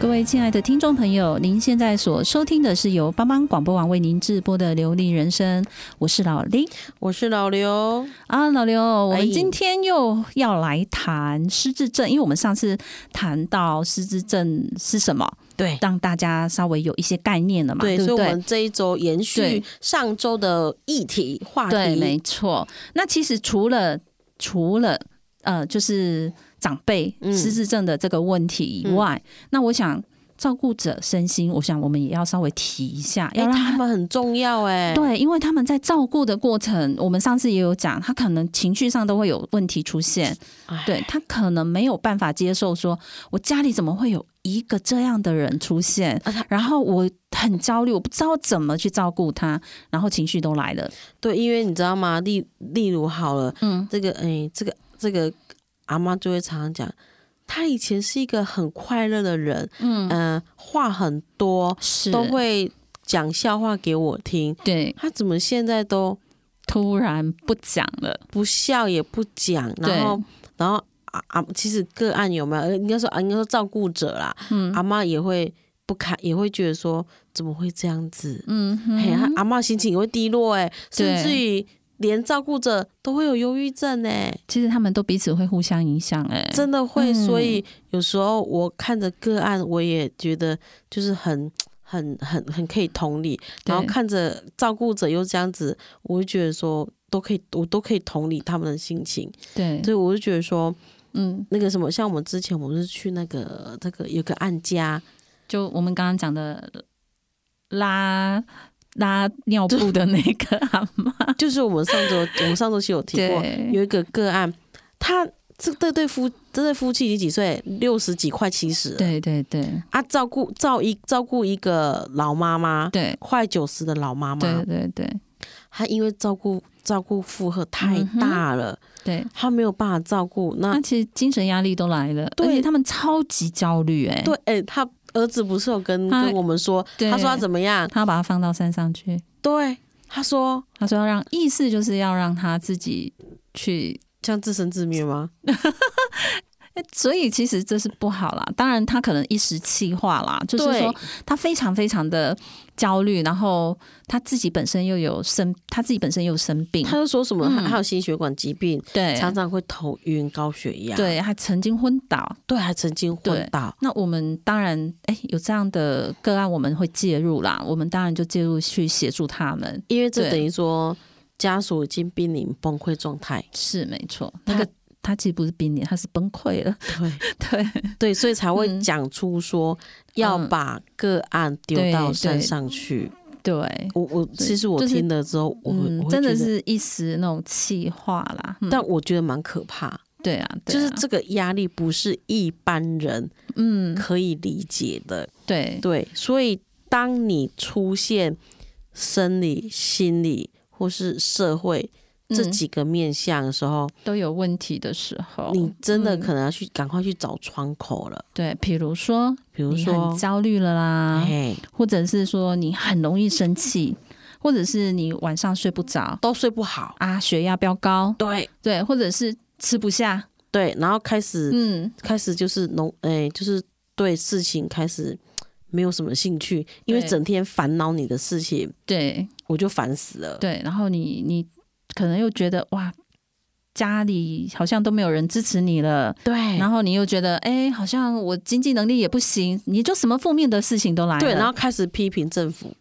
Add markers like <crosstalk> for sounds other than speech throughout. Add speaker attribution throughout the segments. Speaker 1: 各位亲爱的听众朋友，您现在所收听的是由帮帮广播网为您直播的《流利人生》，我是老林
Speaker 2: 我是老刘，
Speaker 1: 啊，老刘，我
Speaker 2: 哎
Speaker 1: 们今天又要来谈失智症，因为我们上次谈到失智症是什么，
Speaker 2: 对
Speaker 1: 让大家稍微有一些概念了嘛，
Speaker 2: 对，
Speaker 1: 不
Speaker 2: 所以
Speaker 1: 对？
Speaker 2: 我们这一周延
Speaker 1: 对
Speaker 2: 续上周的议题话
Speaker 1: 对，没
Speaker 2: 题，
Speaker 1: 错。那其实除了除了呃，就是长辈
Speaker 2: 嗯
Speaker 1: 失智症的这个问题以外，那我想照顾者身心，我想我们也要稍微提一下，
Speaker 2: 哎，
Speaker 1: 要让
Speaker 2: 他
Speaker 1: 他。
Speaker 2: 们很重要哎。
Speaker 1: 对，因为他们在照顾的过程，我们上次也有讲，他可能情绪上都会有问题出现，
Speaker 2: 哎
Speaker 1: 对他可能没有办法接受说，我家里怎么会有一个这样的人出现
Speaker 2: 啊他，
Speaker 1: 然后我很焦虑，我不知道怎么去照顾他，然后情绪都来了，
Speaker 2: 对，因为你知道吗？例例如好了，
Speaker 1: 嗯，
Speaker 2: 这个哎，这个这个阿妈就会常常讲，她以前是一个很快乐的人，嗯、话很多，
Speaker 1: 是
Speaker 2: 都会讲笑话给我听。
Speaker 1: 对，
Speaker 2: 她怎么现在都
Speaker 1: 突然不讲了，
Speaker 2: 不笑也不讲，
Speaker 1: 对
Speaker 2: 然后然后啊啊，其实个案有没有？呃应该说啊，应该说照顾者啦，
Speaker 1: 嗯
Speaker 2: 阿妈也会不开，也会觉得说怎么会这样子？
Speaker 1: 嗯
Speaker 2: 嘿，啊她
Speaker 1: 哼，
Speaker 2: 阿妈心情也会低落、哎，甚
Speaker 1: 对
Speaker 2: 至于连照顾者都会有忧郁症、哎。
Speaker 1: 其实他们都彼此会互相影响、哎，
Speaker 2: 真的会，
Speaker 1: 嗯
Speaker 2: 所以有时候我看着个案，我也觉得就是很、很、很、很可以同理，
Speaker 1: 对
Speaker 2: 然后看着照顾者又这样子，我就觉得说都可以，我都可以同理他们的心情，
Speaker 1: 对，
Speaker 2: 所以我就觉得说
Speaker 1: 嗯，
Speaker 2: 那个什么，像我们之前我们是去那个这个有个案家，
Speaker 1: 就我们刚刚讲的拉拉尿布的那个阿妈，
Speaker 2: <laughs> 就是我们上周我们上周是有提过
Speaker 1: 对，
Speaker 2: 有一个个案，他这这对夫这对夫妻已经几岁？六十几快七十了，
Speaker 1: 对对对
Speaker 2: 啊，照顾照一照顾一个老妈妈，
Speaker 1: 对
Speaker 2: 快九十的老妈妈
Speaker 1: 对，对对
Speaker 2: 她因为照顾照顾负荷
Speaker 1: 嗯
Speaker 2: 太大了，
Speaker 1: 对，
Speaker 2: 她没有办法照顾。那
Speaker 1: 那其实精神压力都来了，而
Speaker 2: 对
Speaker 1: 且他们超级焦虑、哎，
Speaker 2: 对，，哎、她儿子不是有跟
Speaker 1: 她
Speaker 2: 跟我们说，
Speaker 1: 对
Speaker 2: 他说他怎么样？
Speaker 1: 他要把他放到山上去，
Speaker 2: 对，他说
Speaker 1: 他说要让意思就是要让他自己去
Speaker 2: 这样自生自灭吗？
Speaker 1: 欸所以其实这是不好啦，当然他可能一时气化啦，就是说
Speaker 2: 对
Speaker 1: 他非常非常的焦虑，然后他自己本身又有生，他自己本身又生病
Speaker 2: 他，就说什么？
Speaker 1: 嗯
Speaker 2: 他还有心血管疾病，
Speaker 1: 对，
Speaker 2: 常常会头晕、高血压，
Speaker 1: 对，还曾经昏倒。
Speaker 2: 对，还曾经
Speaker 1: 对
Speaker 2: 昏倒。
Speaker 1: 那我们当然，哎、有这样的个案，我们会介入啦，我们当然就介入去协助他们，
Speaker 2: 因为这
Speaker 1: 对
Speaker 2: 等于说家属已经濒临崩溃状态，
Speaker 1: 是没错。
Speaker 2: 他
Speaker 1: 那个他其实不是濒临，他是崩溃了， <laughs>
Speaker 2: 对。
Speaker 1: 对
Speaker 2: <laughs> 对，所以才会
Speaker 1: 嗯
Speaker 2: 讲出说要
Speaker 1: 嗯
Speaker 2: 把个案丢
Speaker 1: 对
Speaker 2: 到
Speaker 1: 对
Speaker 2: 山上去。
Speaker 1: 对，
Speaker 2: 我我
Speaker 1: 嗯对
Speaker 2: 其实我
Speaker 1: 就是
Speaker 2: 听了之后，我会、
Speaker 1: 嗯
Speaker 2: 我，会
Speaker 1: 真的
Speaker 2: 觉得，
Speaker 1: 是一时那种气化啦，嗯、
Speaker 2: 但我觉得蛮可怕，
Speaker 1: 对啊，对
Speaker 2: 就
Speaker 1: 啊
Speaker 2: 是这个压力不是一般人
Speaker 1: 嗯，
Speaker 2: 可以理解的。
Speaker 1: 对
Speaker 2: 对，所以当你出现生理、心理或是社会这
Speaker 1: 嗯
Speaker 2: 几个面向的时候，
Speaker 1: 都有问题的时候，
Speaker 2: 你真的
Speaker 1: 嗯
Speaker 2: 可能要去赶快去找窗口了，
Speaker 1: 对，比如说，
Speaker 2: 比如
Speaker 1: 你
Speaker 2: 说
Speaker 1: 很。啊焦虑了啦，
Speaker 2: 哎，
Speaker 1: 或者是说你很容易生气，或者是你晚上睡不着
Speaker 2: 都睡不好，
Speaker 1: 啊，血压飙高，
Speaker 2: 对
Speaker 1: 对，或者是吃不下，
Speaker 2: 对，然后开始
Speaker 1: 嗯，
Speaker 2: 开始就是农，哎、就是对事情开始没有什么兴趣，因为
Speaker 1: 对
Speaker 2: 整天烦恼你的事情，
Speaker 1: 对
Speaker 2: 我就烦死了。
Speaker 1: 对，然后你你可能又觉得哇，家里好像都没有人支持你了，
Speaker 2: 对，
Speaker 1: 然后你又觉得哎，好像我经济能力也不行，你就什么负面的事情都来了。
Speaker 2: 对，然后开始批评政
Speaker 1: <laughs>
Speaker 2: 府，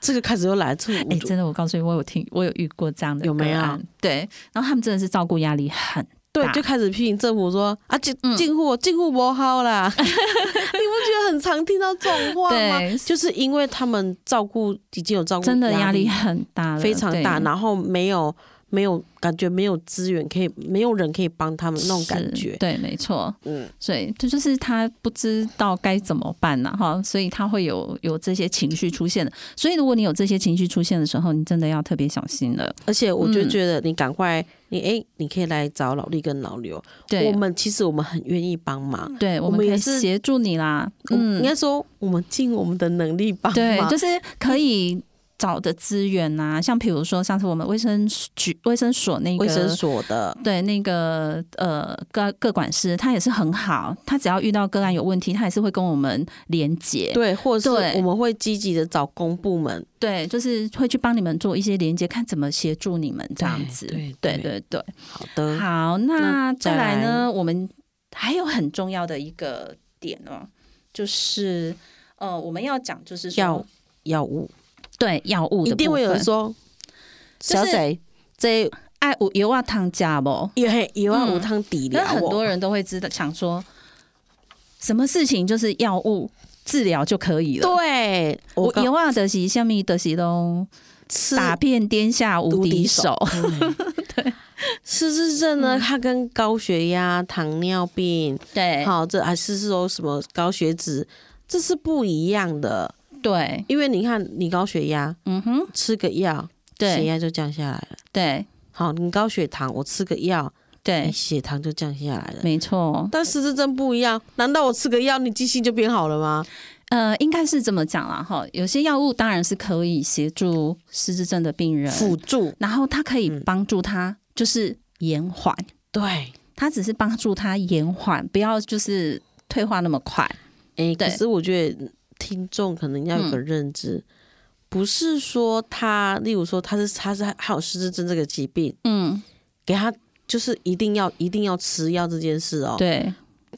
Speaker 2: 这个开始又来自
Speaker 1: 哎、真的，我告诉你，我有听，我有遇过这样的
Speaker 2: 有没有
Speaker 1: 个案？对，然后他们真的是照顾压力很
Speaker 2: 对，
Speaker 1: 大
Speaker 2: 就开始批评政府说啊，进
Speaker 1: 嗯
Speaker 2: 进户进户不好
Speaker 1: <laughs>
Speaker 2: 啦，你不觉得很常听到这种话吗？
Speaker 1: 对，
Speaker 2: 就是因为他们照顾已经有照顾，
Speaker 1: 真的
Speaker 2: 压
Speaker 1: 压力很大了，
Speaker 2: 非常
Speaker 1: 对
Speaker 2: 大，然后没有没有感觉，没有资源可以，没有人可以帮他们那种感
Speaker 1: 是
Speaker 2: 觉。
Speaker 1: 对，没错，
Speaker 2: 嗯，
Speaker 1: 所以这就是他不知道该怎么办呐、哈，所以他会有有这些情绪出现的。所以如果你有这些情绪出现的时候，你真的要特别小心了。
Speaker 2: 而且我就
Speaker 1: 嗯
Speaker 2: 觉得你赶快，你哎、你可以来找老力跟老刘，
Speaker 1: 对，
Speaker 2: 我们其实我们很愿意帮忙。
Speaker 1: 对，我
Speaker 2: 我
Speaker 1: 们
Speaker 2: 们
Speaker 1: 可
Speaker 2: 也
Speaker 1: 以
Speaker 2: 是
Speaker 1: 协助你啦。
Speaker 2: 嗯，
Speaker 1: 嗯
Speaker 2: 应，该说我们尽我们的能力帮忙。
Speaker 1: 对，就是可以找的资源呐、像比如说上次我们卫生局、卫生所那个
Speaker 2: 卫生所的，
Speaker 1: 对，那个呃个个管师他也是很好，他只要遇到个案有问题，他也是会跟我们连接。
Speaker 2: 对，或者
Speaker 1: 对
Speaker 2: 是我们会积极的找公部门，
Speaker 1: 对，就是会去帮你们做一些连接，看怎么协助你们这样
Speaker 2: 对
Speaker 1: 子。
Speaker 2: 对
Speaker 1: 对
Speaker 2: 对
Speaker 1: 对对
Speaker 2: 好的，
Speaker 1: 好，那
Speaker 2: 那
Speaker 1: 再
Speaker 2: 再
Speaker 1: 来
Speaker 2: 来
Speaker 1: 呢？我们还有很重要的一个点哦，就是呃，我们要讲就是说
Speaker 2: 药药物
Speaker 1: 对药物的
Speaker 2: 一定会有
Speaker 1: 部
Speaker 2: 人
Speaker 1: 分
Speaker 2: 说，
Speaker 1: 就
Speaker 2: 小
Speaker 1: 是
Speaker 2: 姐，这
Speaker 1: 哎，我有啊糖加不？
Speaker 2: 也很一万
Speaker 1: 嗯
Speaker 2: 五汤底
Speaker 1: 那
Speaker 2: 疗，
Speaker 1: 很多人都会知道想说，什么事情就是药物治疗就可以了。
Speaker 2: 对
Speaker 1: 我
Speaker 2: 告
Speaker 1: 有啊，德西下面德西东
Speaker 2: 吃
Speaker 1: 打遍天下无敌手，
Speaker 2: <laughs> 对，嗯失智症呢，它跟高血压、糖尿病，
Speaker 1: 对
Speaker 2: 好，这还是说什么高血脂，这是不一样的。
Speaker 1: 对，
Speaker 2: 因为你看，你高血压
Speaker 1: 嗯哼，
Speaker 2: 吃个药，血
Speaker 1: 对
Speaker 2: 压就降下来了。
Speaker 1: 对
Speaker 2: 好，你高血糖，我吃个药，你
Speaker 1: 对，
Speaker 2: 血糖就降下来了。
Speaker 1: 没错。
Speaker 2: 但失智症不一样，难道我吃个药，你记性就变好了吗？
Speaker 1: 呃，应该是这么讲啦哈，有些药物当然是可以协助失智症的病人，
Speaker 2: 辅助，
Speaker 1: 然后它可以
Speaker 2: 嗯
Speaker 1: 帮助他，就是延缓，
Speaker 2: 对，
Speaker 1: 它只是帮助他延缓，不要就是退化那么快。
Speaker 2: 哎、
Speaker 1: 对
Speaker 2: 可是我觉得听众可能要有个认知，
Speaker 1: 嗯
Speaker 2: 不是说他，例如说他是他是他有失智症这个疾病，
Speaker 1: 嗯，
Speaker 2: 给他就是一定要一定要吃药这件事哦，，
Speaker 1: 对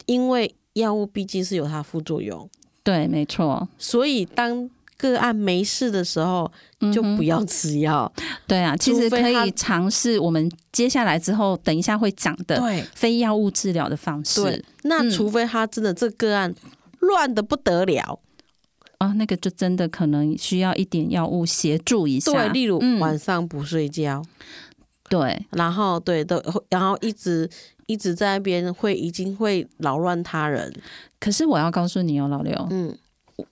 Speaker 2: 因为药物毕竟是有它的副作用，
Speaker 1: 对，没错，
Speaker 2: 所以当个案没事的时候
Speaker 1: 嗯
Speaker 2: 就
Speaker 1: 哼
Speaker 2: 不要吃药，
Speaker 1: 对啊，其
Speaker 2: 除
Speaker 1: 实
Speaker 2: 非
Speaker 1: 可
Speaker 2: 他
Speaker 1: 以尝试我们接下来之后，等一下会讲的
Speaker 2: 对
Speaker 1: 非药物治疗的方式
Speaker 2: 对，那
Speaker 1: 嗯
Speaker 2: 除非他真的这个案乱的不得了，
Speaker 1: 啊、那个就真的可能需要一点药物协助一下。
Speaker 2: 对，例如
Speaker 1: 嗯
Speaker 2: 晚上不睡觉，
Speaker 1: 对
Speaker 2: 然后对都，然后一直一直在那边会已经会扰乱他人，
Speaker 1: 可是我要告诉你哦，老刘，
Speaker 2: 嗯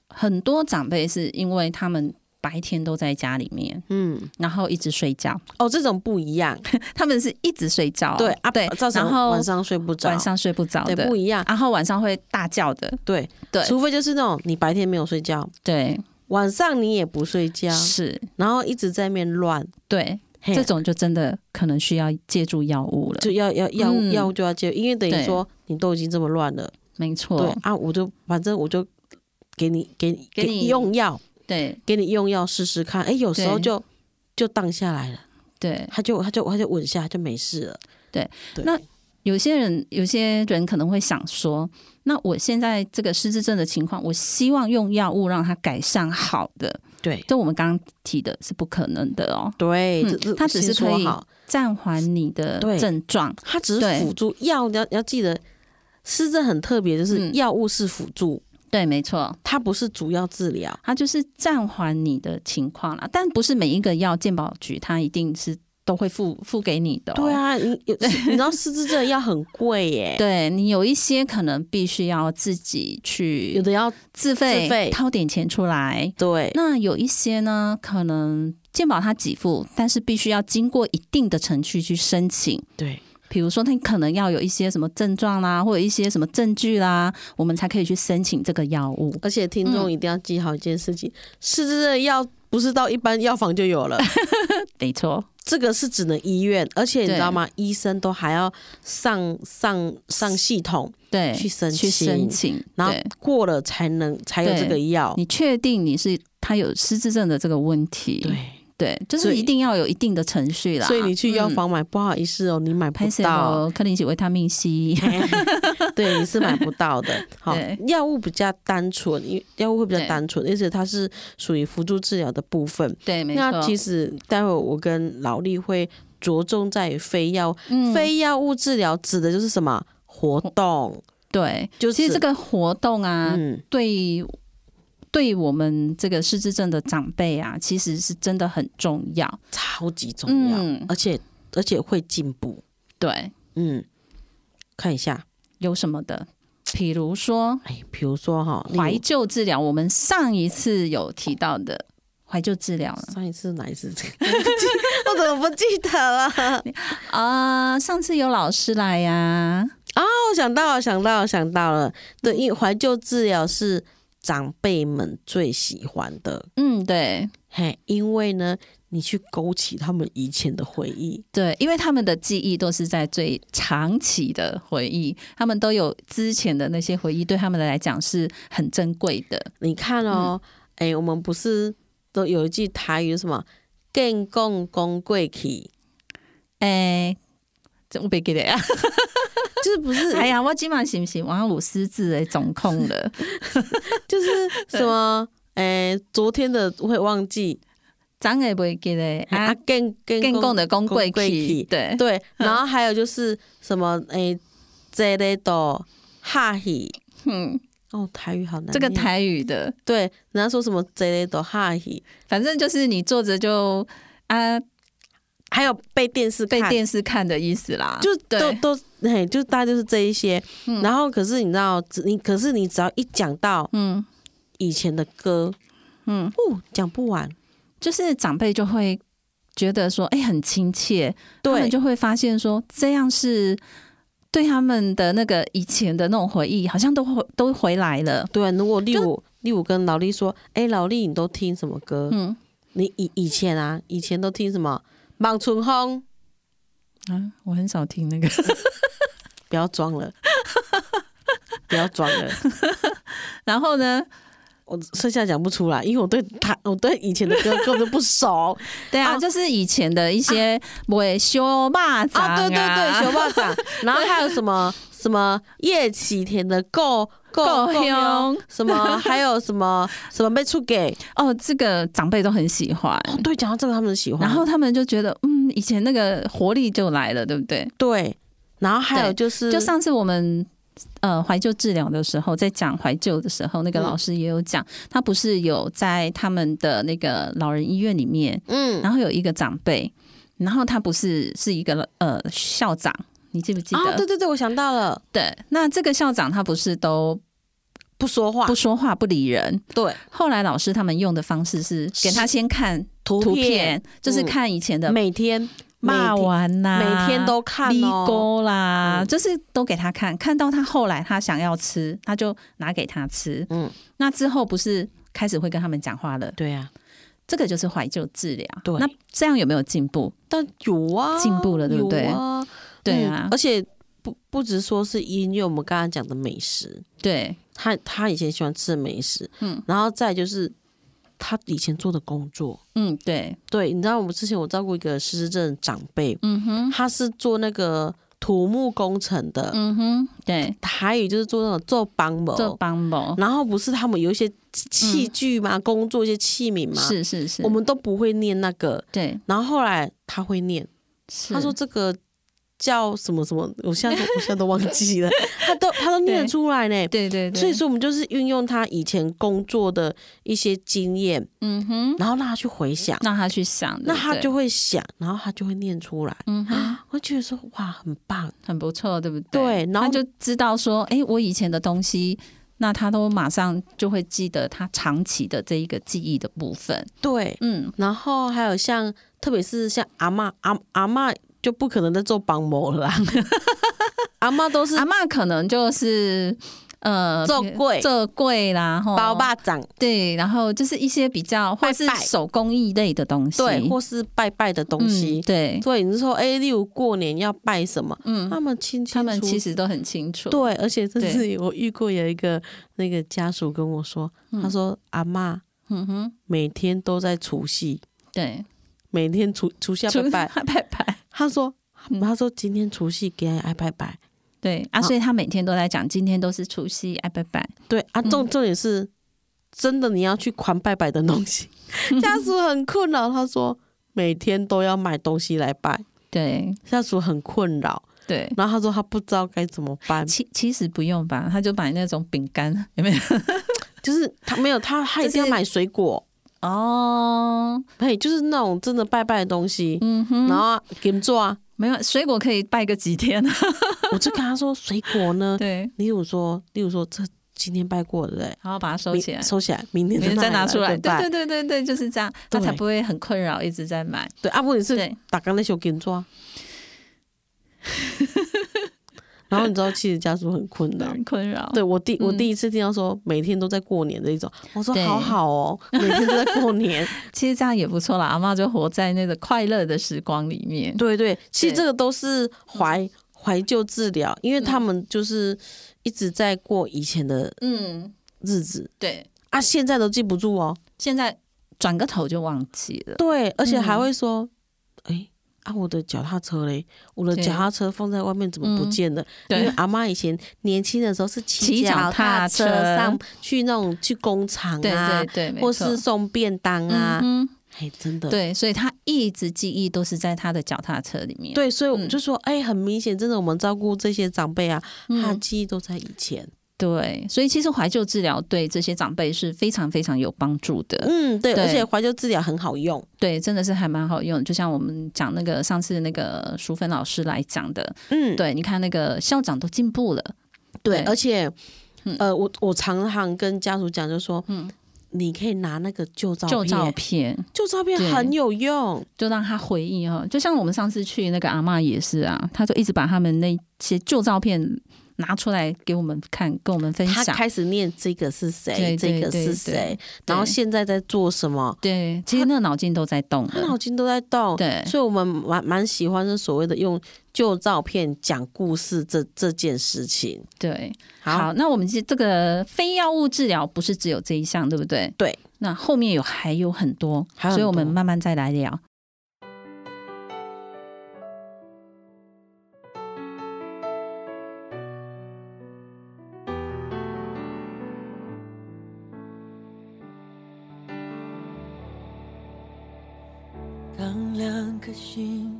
Speaker 1: 很多长辈是因为他们白天都在家里面，
Speaker 2: 嗯，
Speaker 1: 然后一直睡觉， <laughs>
Speaker 2: 哦，这种不一样，
Speaker 1: 他们是一直睡觉哦、
Speaker 2: 对啊，
Speaker 1: 对，
Speaker 2: 造成
Speaker 1: 然后
Speaker 2: 晚上睡不着，
Speaker 1: 晚上睡不着
Speaker 2: 对
Speaker 1: 的
Speaker 2: 不，一样，
Speaker 1: 然后晚上会大叫的，
Speaker 2: 对，
Speaker 1: 对
Speaker 2: 除非就是那种你白天没有睡觉，
Speaker 1: 对，
Speaker 2: 晚上你也不睡觉，
Speaker 1: 是，
Speaker 2: 然后一直在那边乱，
Speaker 1: 对，
Speaker 2: 嘿
Speaker 1: 这种就真的可能需要借助药物了，
Speaker 2: 就要要要
Speaker 1: 嗯
Speaker 2: 要就要接，因为等
Speaker 1: 对
Speaker 2: 于说你都已经这么乱了，
Speaker 1: 没
Speaker 2: 对
Speaker 1: 错，
Speaker 2: 啊，我就反正我就给你给你
Speaker 1: 给你
Speaker 2: 用药，
Speaker 1: 对
Speaker 2: 给你用药试试看，哎，有时候
Speaker 1: 对
Speaker 2: 就就荡下来了。
Speaker 1: 对，
Speaker 2: 他就他就他就稳下，他就没事了。
Speaker 1: 对，
Speaker 2: 对
Speaker 1: 那有些人有些人可能会想说，那我现在这个失智症的情况，我希望用药物让它改善好的，
Speaker 2: 对
Speaker 1: 这我们刚刚提的是不可能的哦，
Speaker 2: 对，
Speaker 1: 嗯
Speaker 2: 这这
Speaker 1: 他只是
Speaker 2: 先
Speaker 1: 可
Speaker 2: 说
Speaker 1: 以
Speaker 2: 好，
Speaker 1: 暂缓你的
Speaker 2: 对
Speaker 1: 症状，
Speaker 2: 他只
Speaker 1: 对
Speaker 2: 是辅助药，你要你要记得，失智很特别，就是
Speaker 1: 嗯
Speaker 2: 药物是辅助，
Speaker 1: 对，没错。
Speaker 2: 它不是主要治疗。
Speaker 1: 它就是暂缓你的情况啦，但不是每一个药健保局它一定是都会付付给你的、哦。
Speaker 2: 对啊，你有你知道失智症的药很贵耶，
Speaker 1: <laughs> 对你有一些可能必须要自己
Speaker 2: 有
Speaker 1: 去
Speaker 2: 的要
Speaker 1: 自费
Speaker 2: 自费
Speaker 1: 掏点钱出来，
Speaker 2: 对
Speaker 1: 那有一些呢，可能健保它给付，但是必须要经过一定的程序去申请。
Speaker 2: 对
Speaker 1: 比如说，它可能要有一些什么症状啦，或者一些什么证据啦，我们才可以去申请这个药物。嗯
Speaker 2: 而且听众一定要记好一件事情，失智症的药不是到一般药房就有了，
Speaker 1: <laughs> 没错，
Speaker 2: 这个是只能医院，而且你
Speaker 1: 对
Speaker 2: 知道吗？医生都还要上上上系统，
Speaker 1: 对，
Speaker 2: 去申
Speaker 1: 去申请，
Speaker 2: 然后
Speaker 1: 对
Speaker 2: 过了才能才有
Speaker 1: 对
Speaker 2: 这个药。
Speaker 1: 你确定你是他有失智症的这个问题，
Speaker 2: 对，
Speaker 1: 对，就
Speaker 2: 所
Speaker 1: 是
Speaker 2: 以
Speaker 1: 一定要有一定的程序啦。嗯
Speaker 2: 所以你去药房买，不好意思哦，你买不
Speaker 1: 拍摄
Speaker 2: 到，
Speaker 1: 哦克林奇维他命
Speaker 2: <laughs>
Speaker 1: C，
Speaker 2: 对，你是买不到
Speaker 1: <laughs>
Speaker 2: 的。好
Speaker 1: 对，
Speaker 2: 药物比较单纯，因为药物会比较
Speaker 1: 对
Speaker 2: 单纯，而且它是属于辅助治疗的部分。
Speaker 1: 对，没
Speaker 2: 那
Speaker 1: 错，
Speaker 2: 其实待会我跟劳力会着重在于非药、
Speaker 1: 嗯
Speaker 2: 非药物治疗，指的就是什么活动，
Speaker 1: 对，
Speaker 2: 就是
Speaker 1: 其实这个活动啊，
Speaker 2: 嗯，
Speaker 1: 对对我们这个失智症的长辈啊，其实是真的很重要。
Speaker 2: 超级重要，
Speaker 1: 嗯
Speaker 2: 而且而且会进步，
Speaker 1: 对，
Speaker 2: 嗯，看一下，
Speaker 1: 有什么的？比如说
Speaker 2: 哎，比如说哈，例如
Speaker 1: 怀旧治疗，我们上一次有提到的怀旧治疗
Speaker 2: 上一次哪一次？ <laughs> 我不记我怎么不记得了？哦，
Speaker 1: 啊、上次有老师来呀、
Speaker 2: 哦想到了，想到了，想到了，对，因为怀旧治疗是长辈们最喜欢的，
Speaker 1: 嗯，对
Speaker 2: 嘿，因为呢，你去勾起他们以前的回忆，
Speaker 1: 对，因为他们的记忆都是在最长期的回忆，他们都有之前的那些回忆，对他们来讲是很珍贵的。
Speaker 2: 你看哦，哎、
Speaker 1: 嗯
Speaker 2: 我们不是都有一句台语是什么“更共公贵体
Speaker 1: 哎，这我别给 <laughs> 的呀！”，
Speaker 2: 就是不是？
Speaker 1: <laughs> 哎呀，我今晚行不行？王五失智哎，总控 <laughs> 了。 <laughs>
Speaker 2: 就是什么？哎、昨天的会忘记
Speaker 1: 长也不会给的
Speaker 2: 啊
Speaker 1: 啊，，
Speaker 2: 更更
Speaker 1: 更供的公贵
Speaker 2: 公贵
Speaker 1: 气
Speaker 2: 气
Speaker 1: 对 <laughs>
Speaker 2: 对，然后还有就是什么？哎、这类的哈
Speaker 1: <laughs>
Speaker 2: 嘿，
Speaker 1: 嗯，
Speaker 2: 哦，台语好难念。
Speaker 1: 这个台语的，
Speaker 2: 对，人家说什么这类的哈嘿，
Speaker 1: 反正就是你坐着就啊
Speaker 2: 还有被电视
Speaker 1: 被
Speaker 2: 看
Speaker 1: 电视看的意思啦，
Speaker 2: 就都
Speaker 1: 对
Speaker 2: 都嘿，就大概就是这一些。然后可是你知道，只你可是你只要一讲到
Speaker 1: 嗯
Speaker 2: 以前的歌，
Speaker 1: 嗯，
Speaker 2: 哦，讲不完。
Speaker 1: 就是长辈就会觉得说，哎、很亲切，他
Speaker 2: 对
Speaker 1: 们，就会发现说，这样是对他们的那个以前的那种回忆，好像都回都回来了。
Speaker 2: 对，啊如果例如例如跟劳力说，哎、劳力你都听什么歌？
Speaker 1: 嗯
Speaker 2: 你以以前啊，以前都听什么？望春风，
Speaker 1: 啊，我很少听那个，
Speaker 2: 不要装了， <laughs> 不要装了，
Speaker 1: 然后呢，
Speaker 2: 我剩下讲不出来，因为我对他，我对以前的歌根本就不熟。
Speaker 1: 对啊，
Speaker 2: 啊
Speaker 1: 就是以前的一些维修蚂蚱
Speaker 2: 啊，对对对，熊，抱掌，然后还有什 <laughs> 么什么叶启田的够够
Speaker 1: 够香，
Speaker 2: 什 <laughs> 么还有什么什么被出给
Speaker 1: <laughs> 哦，这个长辈都很喜欢，
Speaker 2: 哦，对，讲到这个他们喜欢，
Speaker 1: 然后他们就觉得，嗯，以前那个活力就来了，对不对？
Speaker 2: 对，然后还有
Speaker 1: 对
Speaker 2: 就是
Speaker 1: 就上次我们呃怀旧治疗的时候，在讲怀旧的时候，那个
Speaker 2: 嗯
Speaker 1: 老师也有讲，他不是有在他们的那个老人医院里面，
Speaker 2: 嗯，
Speaker 1: 然后有一个长辈，然后他不是是一个呃校长，你记不记得？
Speaker 2: 啊，对对对，我想到了，
Speaker 1: 对那这个校长他不是都
Speaker 2: 不说话
Speaker 1: 不，说话不理人，
Speaker 2: 对，
Speaker 1: 后来老师他们用的方式是给他先看
Speaker 2: 图嗯
Speaker 1: 图片，就是看以前的
Speaker 2: 每天
Speaker 1: 骂
Speaker 2: 每天
Speaker 1: 完啦、
Speaker 2: 每天都看
Speaker 1: 咪
Speaker 2: 哦，
Speaker 1: 勾啦，
Speaker 2: 嗯
Speaker 1: 就是都给他看，看到他后来他想要吃，他就拿给他吃。
Speaker 2: 嗯，
Speaker 1: 那之后不是开始会跟他们讲话了，
Speaker 2: 对啊，
Speaker 1: 这个就是怀旧治疗。
Speaker 2: 对
Speaker 1: 那这样有没有进步？
Speaker 2: 但有啊，
Speaker 1: 进步了对不对
Speaker 2: 有啊，
Speaker 1: 对
Speaker 2: 嗯
Speaker 1: 啊，
Speaker 2: 而且不不只说是音乐，我们刚刚讲的美食，
Speaker 1: 对
Speaker 2: 他他以前喜欢吃的美食，
Speaker 1: 嗯
Speaker 2: 嗯，然后再就是他以前做的工作。
Speaker 1: 嗯，对，
Speaker 2: 对，你知道我们之前我照顾一个失智症长辈，
Speaker 1: 嗯哼，
Speaker 2: 他是做那个土木工程的，
Speaker 1: 嗯哼，对，
Speaker 2: 台语就是做那种做帮
Speaker 1: 做
Speaker 2: 模，
Speaker 1: 帮某
Speaker 2: 然后不是他们有一些器具嘛，工作一些器皿嘛，
Speaker 1: 是是是，
Speaker 2: 我们都不会念那个，
Speaker 1: 对，
Speaker 2: 然后后来他会念，
Speaker 1: 是
Speaker 2: 他说这个。叫什么什么？我现在都我现在都忘记
Speaker 1: <laughs>
Speaker 2: 了，他都他都念得
Speaker 1: 对
Speaker 2: 出来呢。
Speaker 1: 对对对，
Speaker 2: 所以说，我们就是运用他以前工作的一些经验，
Speaker 1: 嗯哼，
Speaker 2: 然后让他去回想，
Speaker 1: 让他去想，
Speaker 2: 那他
Speaker 1: 对
Speaker 2: 就
Speaker 1: 不对
Speaker 2: 会想，然后他就会念出来。
Speaker 1: 嗯哼。
Speaker 2: 我觉得说哇，很棒，
Speaker 1: 很不错，对不对？
Speaker 2: 对然后
Speaker 1: 他就知道说，哎，我以前的东西，那他都马上就会记得他长期的这一个记忆的部分。
Speaker 2: 对。
Speaker 1: 嗯，
Speaker 2: 然后还有像，特别是像阿嬷，阿阿嬷就 <laughs> 不可能再做帮模了啦，阿嬷都是
Speaker 1: 阿嬷可能就是呃
Speaker 2: 做粿
Speaker 1: 做柜啦，吼
Speaker 2: 包霸掌，
Speaker 1: 对，然后就是一些比较或是
Speaker 2: 拜拜
Speaker 1: 手工艺类的东西，
Speaker 2: 对，或是拜拜的东西
Speaker 1: 嗯、。对，
Speaker 2: 对，你是说，哎，例如过年要拜什么？
Speaker 1: 嗯，
Speaker 2: 他们清清
Speaker 1: 他们
Speaker 2: 楚
Speaker 1: 其实都很清楚，
Speaker 2: 对，而且这
Speaker 1: 对
Speaker 2: 次我遇过有一个那个家属跟我说，他说阿妈
Speaker 1: 嗯哼，
Speaker 2: 每天都在除夕，
Speaker 1: 对，
Speaker 2: 每天除除夕要
Speaker 1: 除
Speaker 2: 拜拜。
Speaker 1: <laughs> 拜拜，
Speaker 2: 他说
Speaker 1: 嗯
Speaker 2: 他说今天除夕给俺爱拜拜。
Speaker 1: 对啊，
Speaker 2: 好
Speaker 1: 所以他每天都在讲，今天都是除夕，哎，拜拜，
Speaker 2: 对啊，重
Speaker 1: 嗯
Speaker 2: 重点是真的你要去狂拜拜的东
Speaker 1: <laughs>
Speaker 2: 西，家属很困扰。他说每天都要买东西来拜，
Speaker 1: 对
Speaker 2: 家属很困扰。
Speaker 1: 对。
Speaker 2: 然后他说他不知道该怎么
Speaker 1: <laughs>
Speaker 2: 办，
Speaker 1: 其其实不用吧，他就买那种饼干， <laughs> 有没有？
Speaker 2: 就是他没有他他一定要
Speaker 1: 就是
Speaker 2: 买水果，
Speaker 1: 哦，
Speaker 2: 嘿，就是那种真的拜拜的东西。
Speaker 1: 嗯哼，
Speaker 2: 然后给你们做
Speaker 1: <laughs>
Speaker 2: 啊，
Speaker 1: 没有水果可以拜个几天啊？
Speaker 2: 我就跟他说水果呢，
Speaker 1: <laughs> 对，
Speaker 2: 例如说，例如说这今天拜过的，对不对
Speaker 1: 然后把它收
Speaker 2: 明
Speaker 1: 起来，
Speaker 2: 收起来，明
Speaker 1: 明
Speaker 2: 天
Speaker 1: 天再拿
Speaker 2: 拿
Speaker 1: 出来。
Speaker 2: 对
Speaker 1: 对对对对对，就是这样，他
Speaker 2: 对
Speaker 1: 才不会很困扰，一直在买。
Speaker 2: 对，啊，不，你是
Speaker 1: 对
Speaker 2: 打刚那时候给你
Speaker 1: <laughs>
Speaker 2: 做啊。然后你知道，其实家属很困扰。
Speaker 1: 很困扰。
Speaker 2: 对我第我
Speaker 1: 嗯
Speaker 2: 第一次听到说每天都在过年这一种，我说
Speaker 1: 对
Speaker 2: 好好哦，
Speaker 1: <laughs>
Speaker 2: 每天都在过年。
Speaker 1: 其实这样也不错啦，阿妈就活在那个快乐的时光里面。
Speaker 2: 对对，其实
Speaker 1: 对嗯
Speaker 2: 这个都是怀怀旧治疗，因为他们就是一直在过以前的
Speaker 1: 嗯，
Speaker 2: 日子
Speaker 1: 对，
Speaker 2: 啊，现在都记不住哦。
Speaker 1: 现在转个头就忘记了。
Speaker 2: 对，而且还
Speaker 1: 嗯
Speaker 2: 会说，哎、啊，我的脚踏车嘞，我的
Speaker 1: 对
Speaker 2: 脚踏车放在外面怎么不
Speaker 1: 嗯
Speaker 2: 见了？因为
Speaker 1: 对
Speaker 2: 阿妈以前年轻的时候是骑
Speaker 1: 骑脚
Speaker 2: 脚踏
Speaker 1: 踏
Speaker 2: 车
Speaker 1: 车
Speaker 2: 上去那种去工厂
Speaker 1: 对
Speaker 2: 啊
Speaker 1: 对，对，没
Speaker 2: 或
Speaker 1: 错
Speaker 2: 是送便当啊，
Speaker 1: 嗯哼
Speaker 2: 哎、真的。
Speaker 1: 对，所以他一直记忆都是在他的脚踏车里面。，
Speaker 2: 对，所以我
Speaker 1: 嗯
Speaker 2: 就说，哎、很明显，真的，我们照顾这些长辈啊，他的
Speaker 1: 嗯，
Speaker 2: 记忆都在以前。
Speaker 1: 对，所以其实怀旧治疗对这些长辈是非常非常有帮助的。
Speaker 2: 嗯，对，而
Speaker 1: 对
Speaker 2: 且怀旧治疗很好用。
Speaker 1: 对，真的是还蛮好用的。就像我们讲那个上次那个淑芬老师来讲的，
Speaker 2: 嗯，
Speaker 1: 对，你看那个校长都进步了，
Speaker 2: 对，
Speaker 1: 对
Speaker 2: 而且
Speaker 1: 嗯，
Speaker 2: 呃，我我常常跟家属讲，就说，嗯，你可以拿那个旧照
Speaker 1: 旧
Speaker 2: 片，
Speaker 1: 照片
Speaker 2: 旧照片
Speaker 1: 对
Speaker 2: 很有用。
Speaker 1: 就让他回忆哈。就像我们上次去那个阿嬷也是啊，他就一直把他们那些旧照片拿出来给我们看，跟我们分
Speaker 2: 他
Speaker 1: 享。
Speaker 2: 开始念这个是谁，
Speaker 1: 对
Speaker 2: 这
Speaker 1: 对
Speaker 2: 个
Speaker 1: 对
Speaker 2: 是
Speaker 1: 对
Speaker 2: 谁，
Speaker 1: 对
Speaker 2: 然后现在在做什么，
Speaker 1: 对，其实那个脑筋都在动
Speaker 2: 他
Speaker 1: 了
Speaker 2: 脑。筋都在动。
Speaker 1: 对
Speaker 2: 所以我们蛮蛮喜欢是所谓的用旧照片讲故事这这件事情。
Speaker 1: 对，
Speaker 2: 好，
Speaker 1: 好，那我们这这个非药物治疗不是只有这一项，对不对？
Speaker 2: 对，
Speaker 1: 那后面有还有很多，
Speaker 2: 还有很
Speaker 1: 所以我们
Speaker 2: 多
Speaker 1: 慢慢再来聊。
Speaker 3: 当两颗心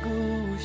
Speaker 3: 故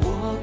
Speaker 3: 我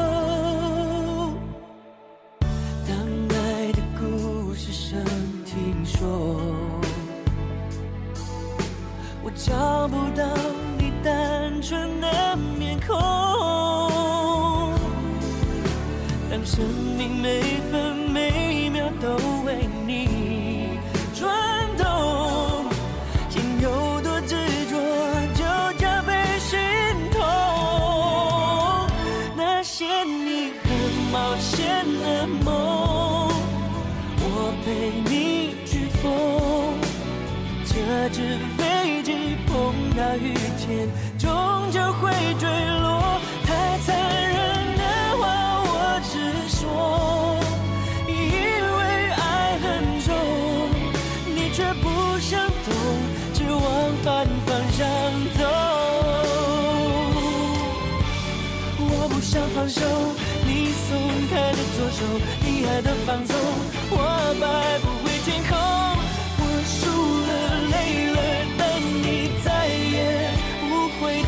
Speaker 3: 哦当爱的故事声听说，我找不到你单纯的面孔。当生命每分每秒都为雨天，终究会坠落。太残忍的话，我只说，以为爱很重，你却不想懂，只往反方向走。我不想放手，你松开的左手，你爱的放纵，我摆不回天空。我输了，累了，但你再也不回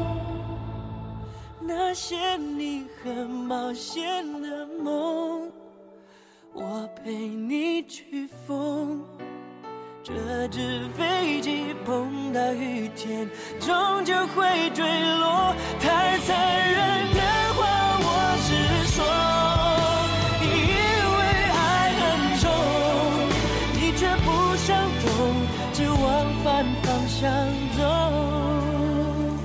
Speaker 3: 头。那些你很冒险的梦，我陪你去疯。这只飞机碰到雨天，终究会坠落。太残忍的话，我只说，以为爱很重，你却不想懂，只往反方向走。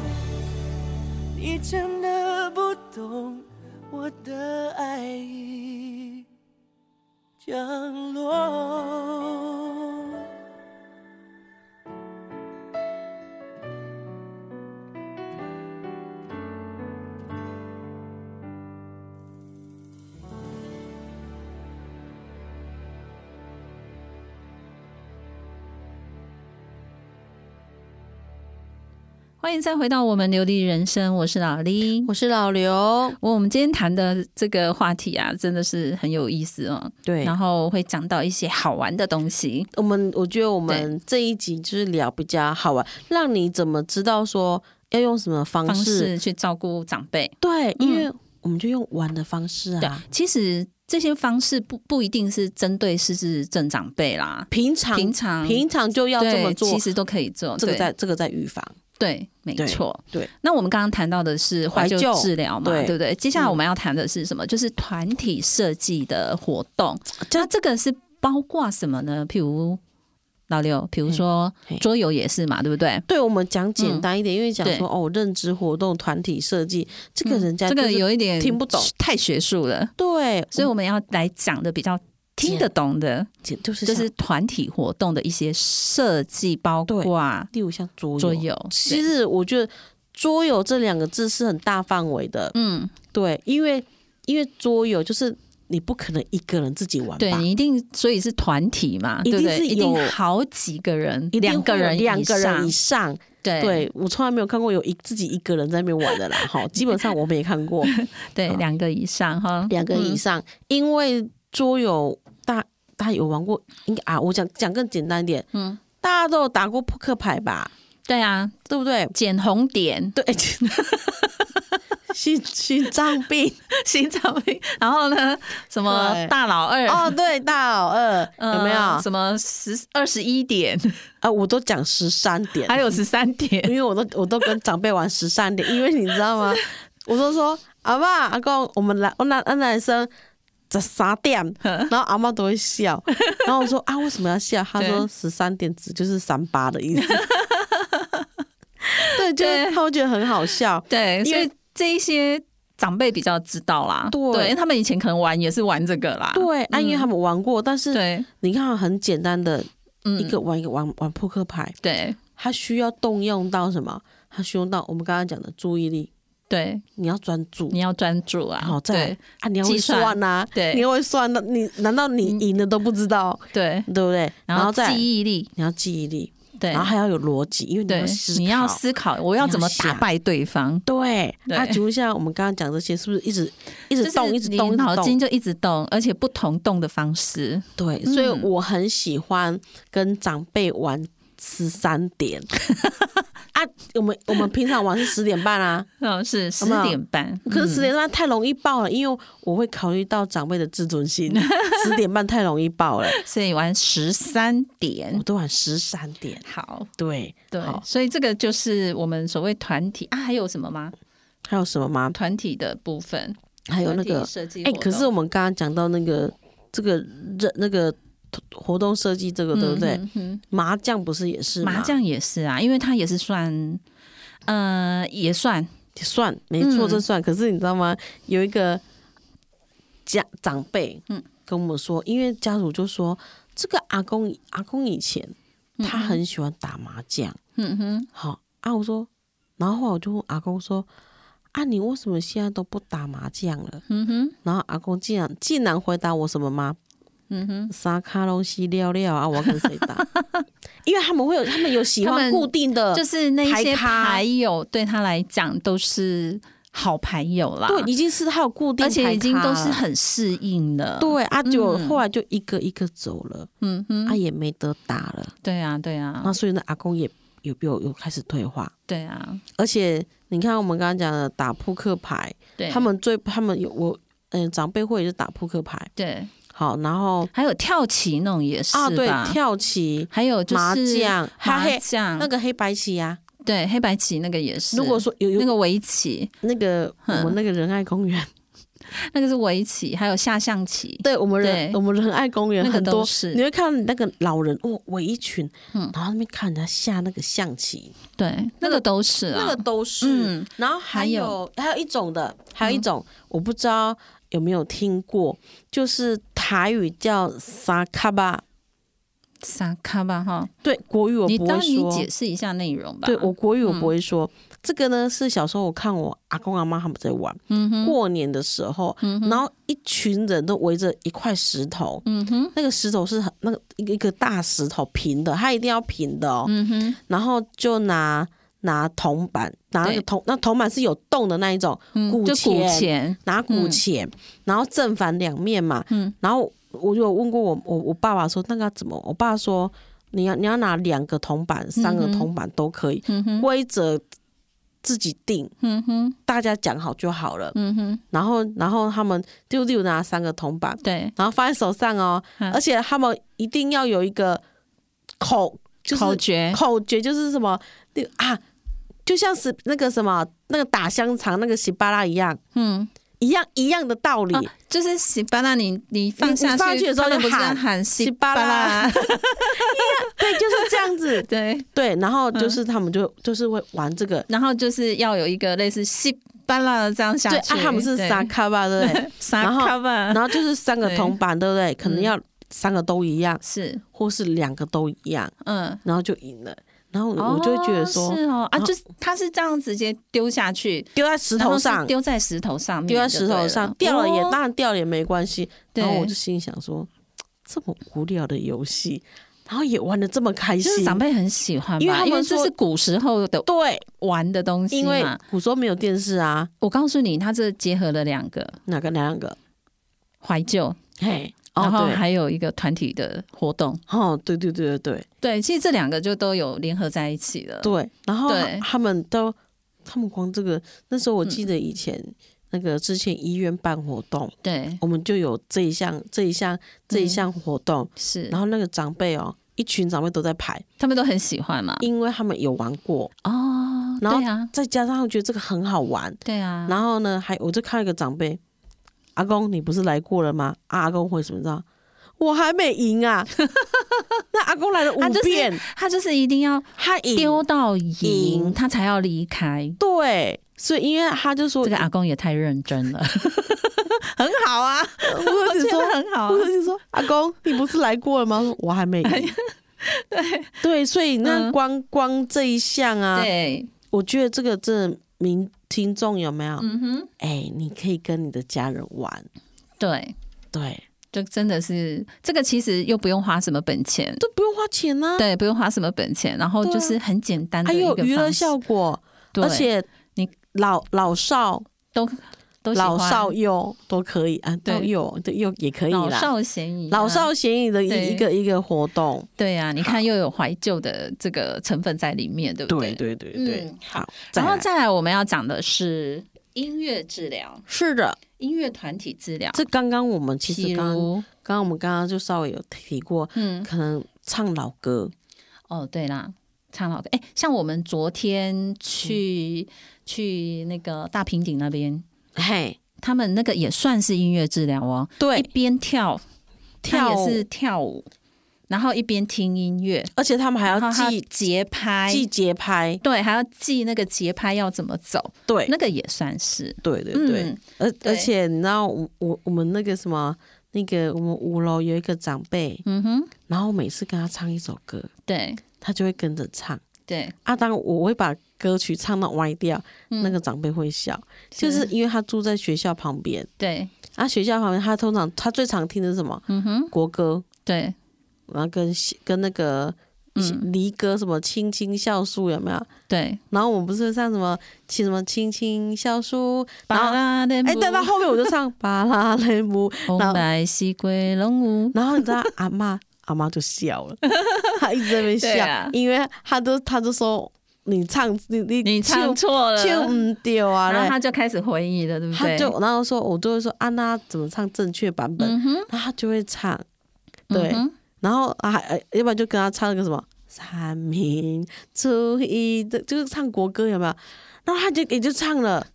Speaker 3: 你真的不懂我的爱已降落。
Speaker 1: 欢迎再回到我们流利人生，我是老李。
Speaker 2: 我是老刘，
Speaker 1: 我我们今天谈的这个话题啊，真的是很有意思哦。
Speaker 2: 对
Speaker 1: 然后会讲到一些好玩的东西。
Speaker 2: 我们我觉得我们这一集就是聊比较好玩，让你怎么知道说要用什么方式？
Speaker 1: 方式去照顾长辈。
Speaker 2: 对，
Speaker 1: 嗯
Speaker 2: 因为我们就用玩的方式
Speaker 1: 对
Speaker 2: 啊，，
Speaker 1: 其实这些方式不不一定是针对失智症长辈啦，
Speaker 2: 平常
Speaker 1: 平常
Speaker 2: 平常就要这
Speaker 1: 对，
Speaker 2: 么做
Speaker 1: 其，实都可以做。
Speaker 2: 这个
Speaker 1: 对
Speaker 2: 在这个在预防，
Speaker 1: 对，没
Speaker 2: 对
Speaker 1: 错。
Speaker 2: 对，
Speaker 1: 那我们刚刚谈到的是怀
Speaker 2: 怀
Speaker 1: 旧
Speaker 2: 旧
Speaker 1: 治疗嘛，
Speaker 2: 对嗯
Speaker 1: 不对？接下来我们要谈的是什么？就是团体设计的活动。那这个是包括什么呢？譬如老刘，比如说
Speaker 2: 嘿嘿
Speaker 1: 桌游也是嘛，对不对？
Speaker 2: 对我们讲简单一点，因为讲
Speaker 1: 对
Speaker 2: 说哦，认知活动、团体设计，这个人家、
Speaker 1: 嗯这
Speaker 2: 就是
Speaker 1: 个有一点
Speaker 2: 听不懂哦
Speaker 1: 太学术了，
Speaker 2: 对，
Speaker 1: 所以
Speaker 2: 我
Speaker 1: 我们要来讲的比较听得懂的，
Speaker 2: 们就是啊
Speaker 1: 就
Speaker 2: 就是是
Speaker 1: 团体活动的一些设计，包
Speaker 2: 对
Speaker 1: 括
Speaker 2: 例如像桌游，
Speaker 1: 桌游。
Speaker 2: 其
Speaker 1: 对
Speaker 2: 实我觉得桌游这两个字是很大范围的，
Speaker 1: 嗯，
Speaker 2: 对，因为因为桌游就是你不可能一个人自己玩
Speaker 1: 对
Speaker 2: 吧。
Speaker 1: 你一定，所以是团体嘛，
Speaker 2: 一
Speaker 1: 对不
Speaker 2: 定
Speaker 1: 对？
Speaker 2: 是
Speaker 1: 一定
Speaker 2: 有
Speaker 1: 好几个人，
Speaker 2: 一定
Speaker 1: 两个
Speaker 2: 会有
Speaker 1: 人以
Speaker 2: 两个人
Speaker 1: 上
Speaker 2: 以上，
Speaker 1: 对
Speaker 2: 对我从来没有看过有一自己一个人在那边玩的
Speaker 1: <laughs>
Speaker 2: 啦，哈，基本上我没看过
Speaker 1: 对
Speaker 2: 啊
Speaker 1: 两个以上哈，
Speaker 2: 两个人以上，因为桌游大大家有玩过，应该啊，我讲讲更简单一点，
Speaker 1: 嗯，
Speaker 2: 大家都有打过扑克牌吧，
Speaker 1: 对啊，
Speaker 2: 对不对？，
Speaker 1: 捡红
Speaker 2: <laughs>
Speaker 1: 点
Speaker 2: 对，心心脏病
Speaker 1: 心脏病，然后呢，什么
Speaker 2: 对
Speaker 1: 大老
Speaker 2: <laughs>
Speaker 1: 二，
Speaker 2: 哦，对，大老二、
Speaker 1: 呃
Speaker 2: 有没有啊
Speaker 1: 什么十二十一
Speaker 2: <laughs>
Speaker 1: 点，？
Speaker 2: 我都讲十三点，
Speaker 1: 还有十三
Speaker 2: <laughs>
Speaker 1: 点？
Speaker 2: 因为我都我都跟长辈玩十三
Speaker 1: <laughs>
Speaker 2: 点，因为你知道吗？我都说阿妈阿公，我们来我那那男生十三
Speaker 1: <laughs>
Speaker 2: 点，然后阿妈都会笑，然后我说啊为什么要笑？他说
Speaker 1: 嗯对
Speaker 2: 十三点指就是三八的
Speaker 1: <laughs>
Speaker 2: 意思。对，就是
Speaker 1: 对
Speaker 2: 他会觉得很好笑。
Speaker 1: 对，
Speaker 2: 因
Speaker 1: 所
Speaker 2: 为
Speaker 1: 以这一些长辈比较知道啦，
Speaker 2: 对
Speaker 1: 因为他们以前可能玩也是玩这个啦，
Speaker 2: 对，啊，因为
Speaker 1: 嗯
Speaker 2: 他们玩过，但是
Speaker 1: 对，
Speaker 2: 你看啊很简单的
Speaker 1: 嗯，
Speaker 2: 一个玩一个玩玩扑克牌，
Speaker 1: 对
Speaker 2: 它需要动用到什么？它需要到我们刚刚讲的注意力，
Speaker 1: 对，
Speaker 2: 你要专注
Speaker 1: 你，要专注啊，
Speaker 2: 好再
Speaker 1: 对
Speaker 2: 来啊，你要
Speaker 1: 计
Speaker 2: 会
Speaker 1: 算
Speaker 2: 算呐，
Speaker 1: 对
Speaker 2: 你要会算的，你难道你赢了都不知道，
Speaker 1: 对，
Speaker 2: 对不对？然
Speaker 1: 后
Speaker 2: 再来
Speaker 1: 记忆力，
Speaker 2: 你要记忆力，
Speaker 1: 对，
Speaker 2: 然后还要有逻辑，因为你
Speaker 1: 对
Speaker 2: 要思，
Speaker 1: 你要
Speaker 2: 考
Speaker 1: 思考我要
Speaker 2: 你要
Speaker 1: 怎么打
Speaker 2: 想
Speaker 1: 败对方，
Speaker 2: 对。啊
Speaker 1: 对
Speaker 2: 那请问一下，我们刚刚讲这些是不是一直一
Speaker 1: 就
Speaker 2: 直
Speaker 1: 是
Speaker 2: 动，一直
Speaker 1: 你
Speaker 2: 动，一直
Speaker 1: 脑筋
Speaker 2: 动？
Speaker 1: 就一直动，而且不同动的方式，
Speaker 2: 对，所以
Speaker 1: 嗯
Speaker 2: 我很喜欢跟长辈玩十三
Speaker 1: <laughs>
Speaker 2: 点啊。我们我们平常玩是十点半啊，
Speaker 1: 嗯，是十
Speaker 2: 有没有
Speaker 1: 点半，
Speaker 2: 可是
Speaker 1: 嗯
Speaker 2: 十点半太容易爆了，因为我会考虑到长辈的自尊
Speaker 1: <laughs>
Speaker 2: 心，十点半太容易爆了，
Speaker 1: 嗯所以玩十三
Speaker 2: 我
Speaker 1: 点。
Speaker 2: 都玩十三点。
Speaker 1: 好，
Speaker 2: 对
Speaker 1: 对
Speaker 2: 好，
Speaker 1: 所以这个就是我们所谓团体啊，还有什么吗？
Speaker 2: 还有什么吗？
Speaker 1: 团体的部分，
Speaker 2: 还有那
Speaker 1: 团
Speaker 2: 个
Speaker 1: 体，设计
Speaker 2: 哎、
Speaker 1: 活动。
Speaker 2: 可是我们刚刚讲到那个这个这那个活动设计这个，对不对？
Speaker 1: 嗯嗯
Speaker 2: 麻将不是也是
Speaker 1: 嗯
Speaker 2: 吗
Speaker 1: 麻将也是啊，因为它也是算，呃，也算
Speaker 2: 算没错，
Speaker 1: 嗯
Speaker 2: 这算。可是你知道吗？有一个家长辈，
Speaker 1: 嗯
Speaker 2: 嗯，跟我们说，因为家属就说这个阿公阿公以前他很喜欢打麻将。
Speaker 1: 嗯哼，
Speaker 2: 好啊，我说，然后后来我就问阿公说：“啊，你为什么现在都不打麻将了
Speaker 1: 嗯哼，？”
Speaker 2: 然后阿公竟然竟然回答我什么吗？
Speaker 1: 嗯哼，
Speaker 2: 沙卡龙西料料啊，我要跟谁
Speaker 1: <laughs>
Speaker 2: 打？因为他们会有，他们有喜
Speaker 1: 他
Speaker 2: 欢
Speaker 1: 们
Speaker 2: 固定的，
Speaker 1: 就是那一些
Speaker 2: 呃牌咖
Speaker 1: 牌友对他来讲都是好牌友啦，
Speaker 2: 对，已经是他有固定，
Speaker 1: 而且已经都是。很适应了。，
Speaker 2: 对啊，就
Speaker 1: 嗯
Speaker 2: 后来就一个一个走了，啊
Speaker 1: 嗯哼，
Speaker 2: 他也没得打了。
Speaker 1: 对啊，对啊
Speaker 2: 那，所以呢，阿公也有有有开始退化，
Speaker 1: 对啊，
Speaker 2: 而且你看我们刚刚讲的打扑克牌，
Speaker 1: 对，
Speaker 2: 他们最他们有我嗯、长辈会也是打扑克牌，
Speaker 1: 对，
Speaker 2: 好，然后
Speaker 1: 还有跳棋那种也是
Speaker 2: 啊对
Speaker 1: 吧，
Speaker 2: 跳棋、
Speaker 1: 还有就是
Speaker 2: 麻将，
Speaker 1: 麻
Speaker 2: 还有黑
Speaker 1: 将，
Speaker 2: 那个黑白棋呀、
Speaker 1: 对黑白棋那个也是。
Speaker 2: 如果说有有
Speaker 1: 那个围棋，
Speaker 2: 那个我
Speaker 1: 嗯
Speaker 2: 们那个仁爱公园， <laughs>
Speaker 1: 那个是围棋，还有下象棋，
Speaker 2: 对我们仁
Speaker 1: 对
Speaker 2: 我们仁爱公园
Speaker 1: 那个
Speaker 2: 很
Speaker 1: 都
Speaker 2: 多，
Speaker 1: 是嗯
Speaker 2: 你会看到那个老人哦围一群，然后那边看人家下那个象棋，
Speaker 1: 对，那
Speaker 2: 那
Speaker 1: 个
Speaker 2: 个
Speaker 1: 都是啊，
Speaker 2: 那个都是。
Speaker 1: 嗯
Speaker 2: 然后
Speaker 1: 还
Speaker 2: 还
Speaker 1: 有嗯
Speaker 2: 有还有一种的，还有一种、我不知道有没有听过，就是台语叫撒卡吧，
Speaker 1: 撒卡吧哈。
Speaker 2: 对国语我
Speaker 1: 你
Speaker 2: 不
Speaker 1: 当
Speaker 2: 会
Speaker 1: 你解
Speaker 2: 说。
Speaker 1: 释一下内容吧。
Speaker 2: 对我国语我
Speaker 1: 嗯
Speaker 2: 不会说，这个呢是小时候我看我阿公阿妈他们在玩、
Speaker 1: 嗯哼，
Speaker 2: 过年的时候，
Speaker 1: 嗯哼
Speaker 2: 然后一群人都围着一块石头，
Speaker 1: 嗯哼，
Speaker 2: 那个石头是很那个一个一个大石头平的，它一定要平的哦，
Speaker 1: 嗯哼，
Speaker 2: 然后就拿拿铜板，拿那
Speaker 1: 对
Speaker 2: 个铜，那铜板是有洞的那一种，
Speaker 1: 嗯
Speaker 2: 古
Speaker 1: 就古
Speaker 2: 钱
Speaker 1: 钱，
Speaker 2: 拿
Speaker 1: 嗯
Speaker 2: 古钱，然后正反两面嘛。
Speaker 1: 嗯
Speaker 2: 然后我就有问过我我我爸爸说那个要怎么？我爸说你要你要拿两个铜板、三个
Speaker 1: 嗯哼
Speaker 2: 铜板都可以，
Speaker 1: 嗯哼，
Speaker 2: 规则自己定，
Speaker 1: 嗯哼，
Speaker 2: 大家讲好就好了。
Speaker 1: 嗯哼，
Speaker 2: 然后然后他们就就拿三个铜板，
Speaker 1: 对，
Speaker 2: 然后放在手上哦，
Speaker 1: 嗯
Speaker 2: 而且他们一定要有一个口，就是
Speaker 1: 口诀，
Speaker 2: 口诀就是什么那个啊，就像是那个什么那个打香肠那个喜巴拉一样，
Speaker 1: 嗯，
Speaker 2: 一样一样的道理。
Speaker 1: 啊就是喜巴拉，你你放
Speaker 2: 你
Speaker 1: 下
Speaker 2: 你放去的时候
Speaker 1: 他们
Speaker 2: 就
Speaker 1: 不是要
Speaker 2: 喊
Speaker 1: 喊喜
Speaker 2: 喜巴
Speaker 1: 拉。
Speaker 2: 拉，对，就是这样子
Speaker 1: <laughs>
Speaker 2: 嗯
Speaker 1: 对，
Speaker 2: <laughs> 对，然后就是他们就就是会玩这个。
Speaker 1: 然后就是要有一个类似喜巴拉的这样下
Speaker 2: 对
Speaker 1: 去，
Speaker 2: 啊，他们是撒卡吧，对不 <laughs>
Speaker 1: <laughs>
Speaker 2: 对？
Speaker 1: 撒
Speaker 2: 然后
Speaker 1: 卡吧
Speaker 2: 然，后就是三个铜板，对不对？嗯可能要三个都一样，
Speaker 1: 是，
Speaker 2: 或是两个都一样，
Speaker 1: 嗯。
Speaker 2: 然后就赢了。然后我就会觉得说
Speaker 1: 哦，是哦，啊，
Speaker 2: 然后
Speaker 1: 就是它是这样直接丢下去，
Speaker 2: 丢在石
Speaker 1: 然后
Speaker 2: 头
Speaker 1: 是
Speaker 2: 上，
Speaker 1: 丢在石头上面就
Speaker 2: 丢
Speaker 1: 对
Speaker 2: 在
Speaker 1: 了，
Speaker 2: 石头上，掉了也
Speaker 1: 哦
Speaker 2: 当然掉了也没关系。
Speaker 1: 对
Speaker 2: 然后我就心里想说，这么无聊的游戏，然后也玩的这么开
Speaker 1: 就
Speaker 2: 心
Speaker 1: 是，长辈很喜欢吧，
Speaker 2: 因为他们
Speaker 1: 这
Speaker 2: 说
Speaker 1: 是古时候的
Speaker 2: 对，
Speaker 1: 玩的东西
Speaker 2: 因为
Speaker 1: 嘛。
Speaker 2: 古时候没有电视啊，
Speaker 1: 我告诉你，它这结合了两个
Speaker 2: 哪个哪两个？
Speaker 1: 怀旧，
Speaker 2: 嘿，
Speaker 1: 然
Speaker 2: 哦
Speaker 1: 后
Speaker 2: 对，
Speaker 1: 还有一个团体的活动。
Speaker 2: 哦对对对对对
Speaker 1: 对，其实这两个就都有联合在一起了。
Speaker 2: 对，然后
Speaker 1: 对
Speaker 2: 他们都，他们光这个，那时候我记得以前、那个之前医院办活动，
Speaker 1: 对，
Speaker 2: 我们就有这一项这一项这一项活动，
Speaker 1: 嗯是啊
Speaker 2: 然，后那个长辈哦，一群长辈都在排，
Speaker 1: 他们都很喜欢嘛。
Speaker 2: 因为他们有玩过，
Speaker 1: 哦，
Speaker 2: 然后
Speaker 1: 对啊，
Speaker 2: 再加上我觉得这个很好玩，
Speaker 1: 对啊，
Speaker 2: 然后呢，还我就看到一个长辈，阿公，你不是来过了吗？啊阿公会什么你知道？我还没赢
Speaker 1: <laughs>
Speaker 2: 啊！那阿公来了五
Speaker 1: 他就是
Speaker 2: 遍，
Speaker 1: 他就是一定要
Speaker 2: 他赢
Speaker 1: 丢到赢，
Speaker 2: 赢
Speaker 1: 他才要离开。
Speaker 2: 对，所以因为他就说
Speaker 1: 这个阿公也太认真 <laughs> 了，
Speaker 2: 很好啊，我就
Speaker 1: 真
Speaker 2: 说
Speaker 1: 的很好啊
Speaker 2: 我就说阿公，你不是来过了吗？他说我还没赢。 <laughs> 对对，所以那
Speaker 1: 嗯
Speaker 2: 光、光这一项啊，
Speaker 1: <laughs> 对，
Speaker 2: 我觉得这个真的民听众有没有？
Speaker 1: 嗯哼，
Speaker 2: 哎、你可以跟你的家人玩，
Speaker 1: 对，
Speaker 2: 对，
Speaker 1: 就真的是这个，其实又不用花什么本钱，
Speaker 2: 都不用花钱呢、啊。
Speaker 1: 对，不用花什么本钱，然后
Speaker 2: 对啊
Speaker 1: 就是很简单的
Speaker 2: 还
Speaker 1: 一
Speaker 2: 有
Speaker 1: 个
Speaker 2: 娱乐
Speaker 1: 方式
Speaker 2: 效果，
Speaker 1: 对
Speaker 2: 而且
Speaker 1: 你
Speaker 2: 老老少
Speaker 1: 都都喜欢
Speaker 2: 老少幼都可以啊，
Speaker 1: 对
Speaker 2: 都幼对幼也可以
Speaker 1: 老
Speaker 2: 啦。
Speaker 1: 少咸宜啊，
Speaker 2: 老少咸宜的
Speaker 1: 对
Speaker 2: 一一个一个活动，
Speaker 1: 对呀、啊，你看又有怀旧的这个成分在里面，对不对？
Speaker 2: 对对
Speaker 1: 嗯
Speaker 2: 好，
Speaker 1: 然后
Speaker 2: 来
Speaker 1: 再来我们要讲的是音乐治疗、
Speaker 2: 是的，
Speaker 1: 音乐团体治疗，
Speaker 2: 这刚刚我们其
Speaker 1: 比
Speaker 2: 实刚刚
Speaker 1: 如
Speaker 2: 刚我们刚刚就稍微有提过，
Speaker 1: 嗯
Speaker 2: 可能唱老歌，
Speaker 1: 哦对啦。唱老歌，哎、像我们昨天去、
Speaker 2: 嗯
Speaker 1: 去那个大平顶那边，
Speaker 2: 嘿，
Speaker 1: 他们那个也算是音乐治疗哦，一
Speaker 2: 对，
Speaker 1: 边跳，他
Speaker 2: 跳
Speaker 1: 也
Speaker 2: 舞
Speaker 1: 是跳舞，然后一边听音乐，
Speaker 2: 而且他们还要
Speaker 1: 然后他
Speaker 2: 记
Speaker 1: 节拍，
Speaker 2: 记节拍，
Speaker 1: 对，还要记那个节拍要怎么走，
Speaker 2: 对
Speaker 1: 那个也算是，
Speaker 2: 对对对，
Speaker 1: 嗯
Speaker 2: 而
Speaker 1: 对
Speaker 2: 而且你知道我我我们那个什么那个我们五楼有一个长辈，
Speaker 1: 嗯哼，
Speaker 2: 然后我每次跟他唱一首歌，
Speaker 1: 对
Speaker 2: 他就会跟着唱。
Speaker 1: 对，
Speaker 2: 啊，当然我会把歌曲唱到歪掉，
Speaker 1: 嗯
Speaker 2: 那个长辈会笑，就是因为他住在学校旁边。
Speaker 1: 对，
Speaker 2: 啊，学校旁边他通常他最常听的是什么？
Speaker 1: 嗯哼，
Speaker 2: 国歌，
Speaker 1: 对，
Speaker 2: 然后跟跟那个
Speaker 1: 嗯
Speaker 2: 离歌什么《青青校树》有没有？
Speaker 1: 对。
Speaker 2: 然后我们不是唱什么青什么《青青校树》，然后
Speaker 1: 拉的
Speaker 2: 哎，对，到后面我就唱 <laughs> 巴拉雷姆，然
Speaker 1: 红
Speaker 2: 后
Speaker 1: 白西归龙舞，
Speaker 2: 然后你知道阿妈阿妈就笑
Speaker 1: <laughs>
Speaker 2: 了，她一直在那边
Speaker 1: 对
Speaker 2: 笑，
Speaker 1: 啊
Speaker 2: 因为她都她就说你唱你你
Speaker 1: 你唱错了，
Speaker 2: 就唔丢啊
Speaker 1: 然后
Speaker 2: 嘞。
Speaker 1: 他就开始回忆了，对不
Speaker 2: 他
Speaker 1: 对？
Speaker 2: 就然后说，我就会说啊，那怎么唱正确版本？
Speaker 1: 嗯哼，
Speaker 2: 然后他就会唱，对，
Speaker 1: 嗯哼
Speaker 2: 然后啊，还呃要不然就跟他唱那个什么三民主义的，就是唱国歌有没有？然后他就也就唱
Speaker 1: <laughs>
Speaker 2: 了，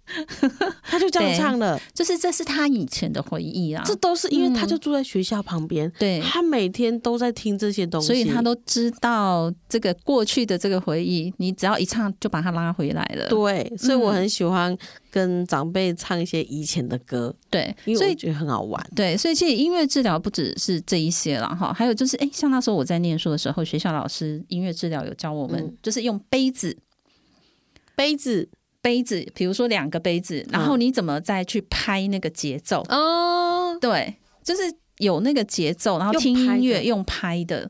Speaker 2: 他就这样
Speaker 1: 对
Speaker 2: 唱了。
Speaker 1: 就是这是他以前的回忆啊，
Speaker 2: 这都是因为他
Speaker 1: 嗯
Speaker 2: 就住在学校旁边，
Speaker 1: 对
Speaker 2: 他每天都在听这些东西，
Speaker 1: 所以他都知道这个过去的这个回忆，你只要一唱就把他拉回来了。
Speaker 2: 对，所以
Speaker 1: 嗯
Speaker 2: 我很喜欢跟长辈唱一些以前的歌，
Speaker 1: 对，
Speaker 2: 因
Speaker 1: 所
Speaker 2: 为我
Speaker 1: 以
Speaker 2: 觉得很好玩。
Speaker 1: 对，所以其实音乐治疗不只是这一些了哈，还有就是，哎，像那时候我在念书的时候，学校老师音乐治疗有教我们，
Speaker 2: 嗯
Speaker 1: 就是用杯子。
Speaker 2: 杯子
Speaker 1: 杯子，比如说两个杯子，然后你怎么再去拍那个节奏？
Speaker 2: 哦，
Speaker 1: 对，就是有那个节奏，然后
Speaker 2: 用
Speaker 1: 听
Speaker 2: 拍
Speaker 1: 音乐
Speaker 2: 的
Speaker 1: 用拍的，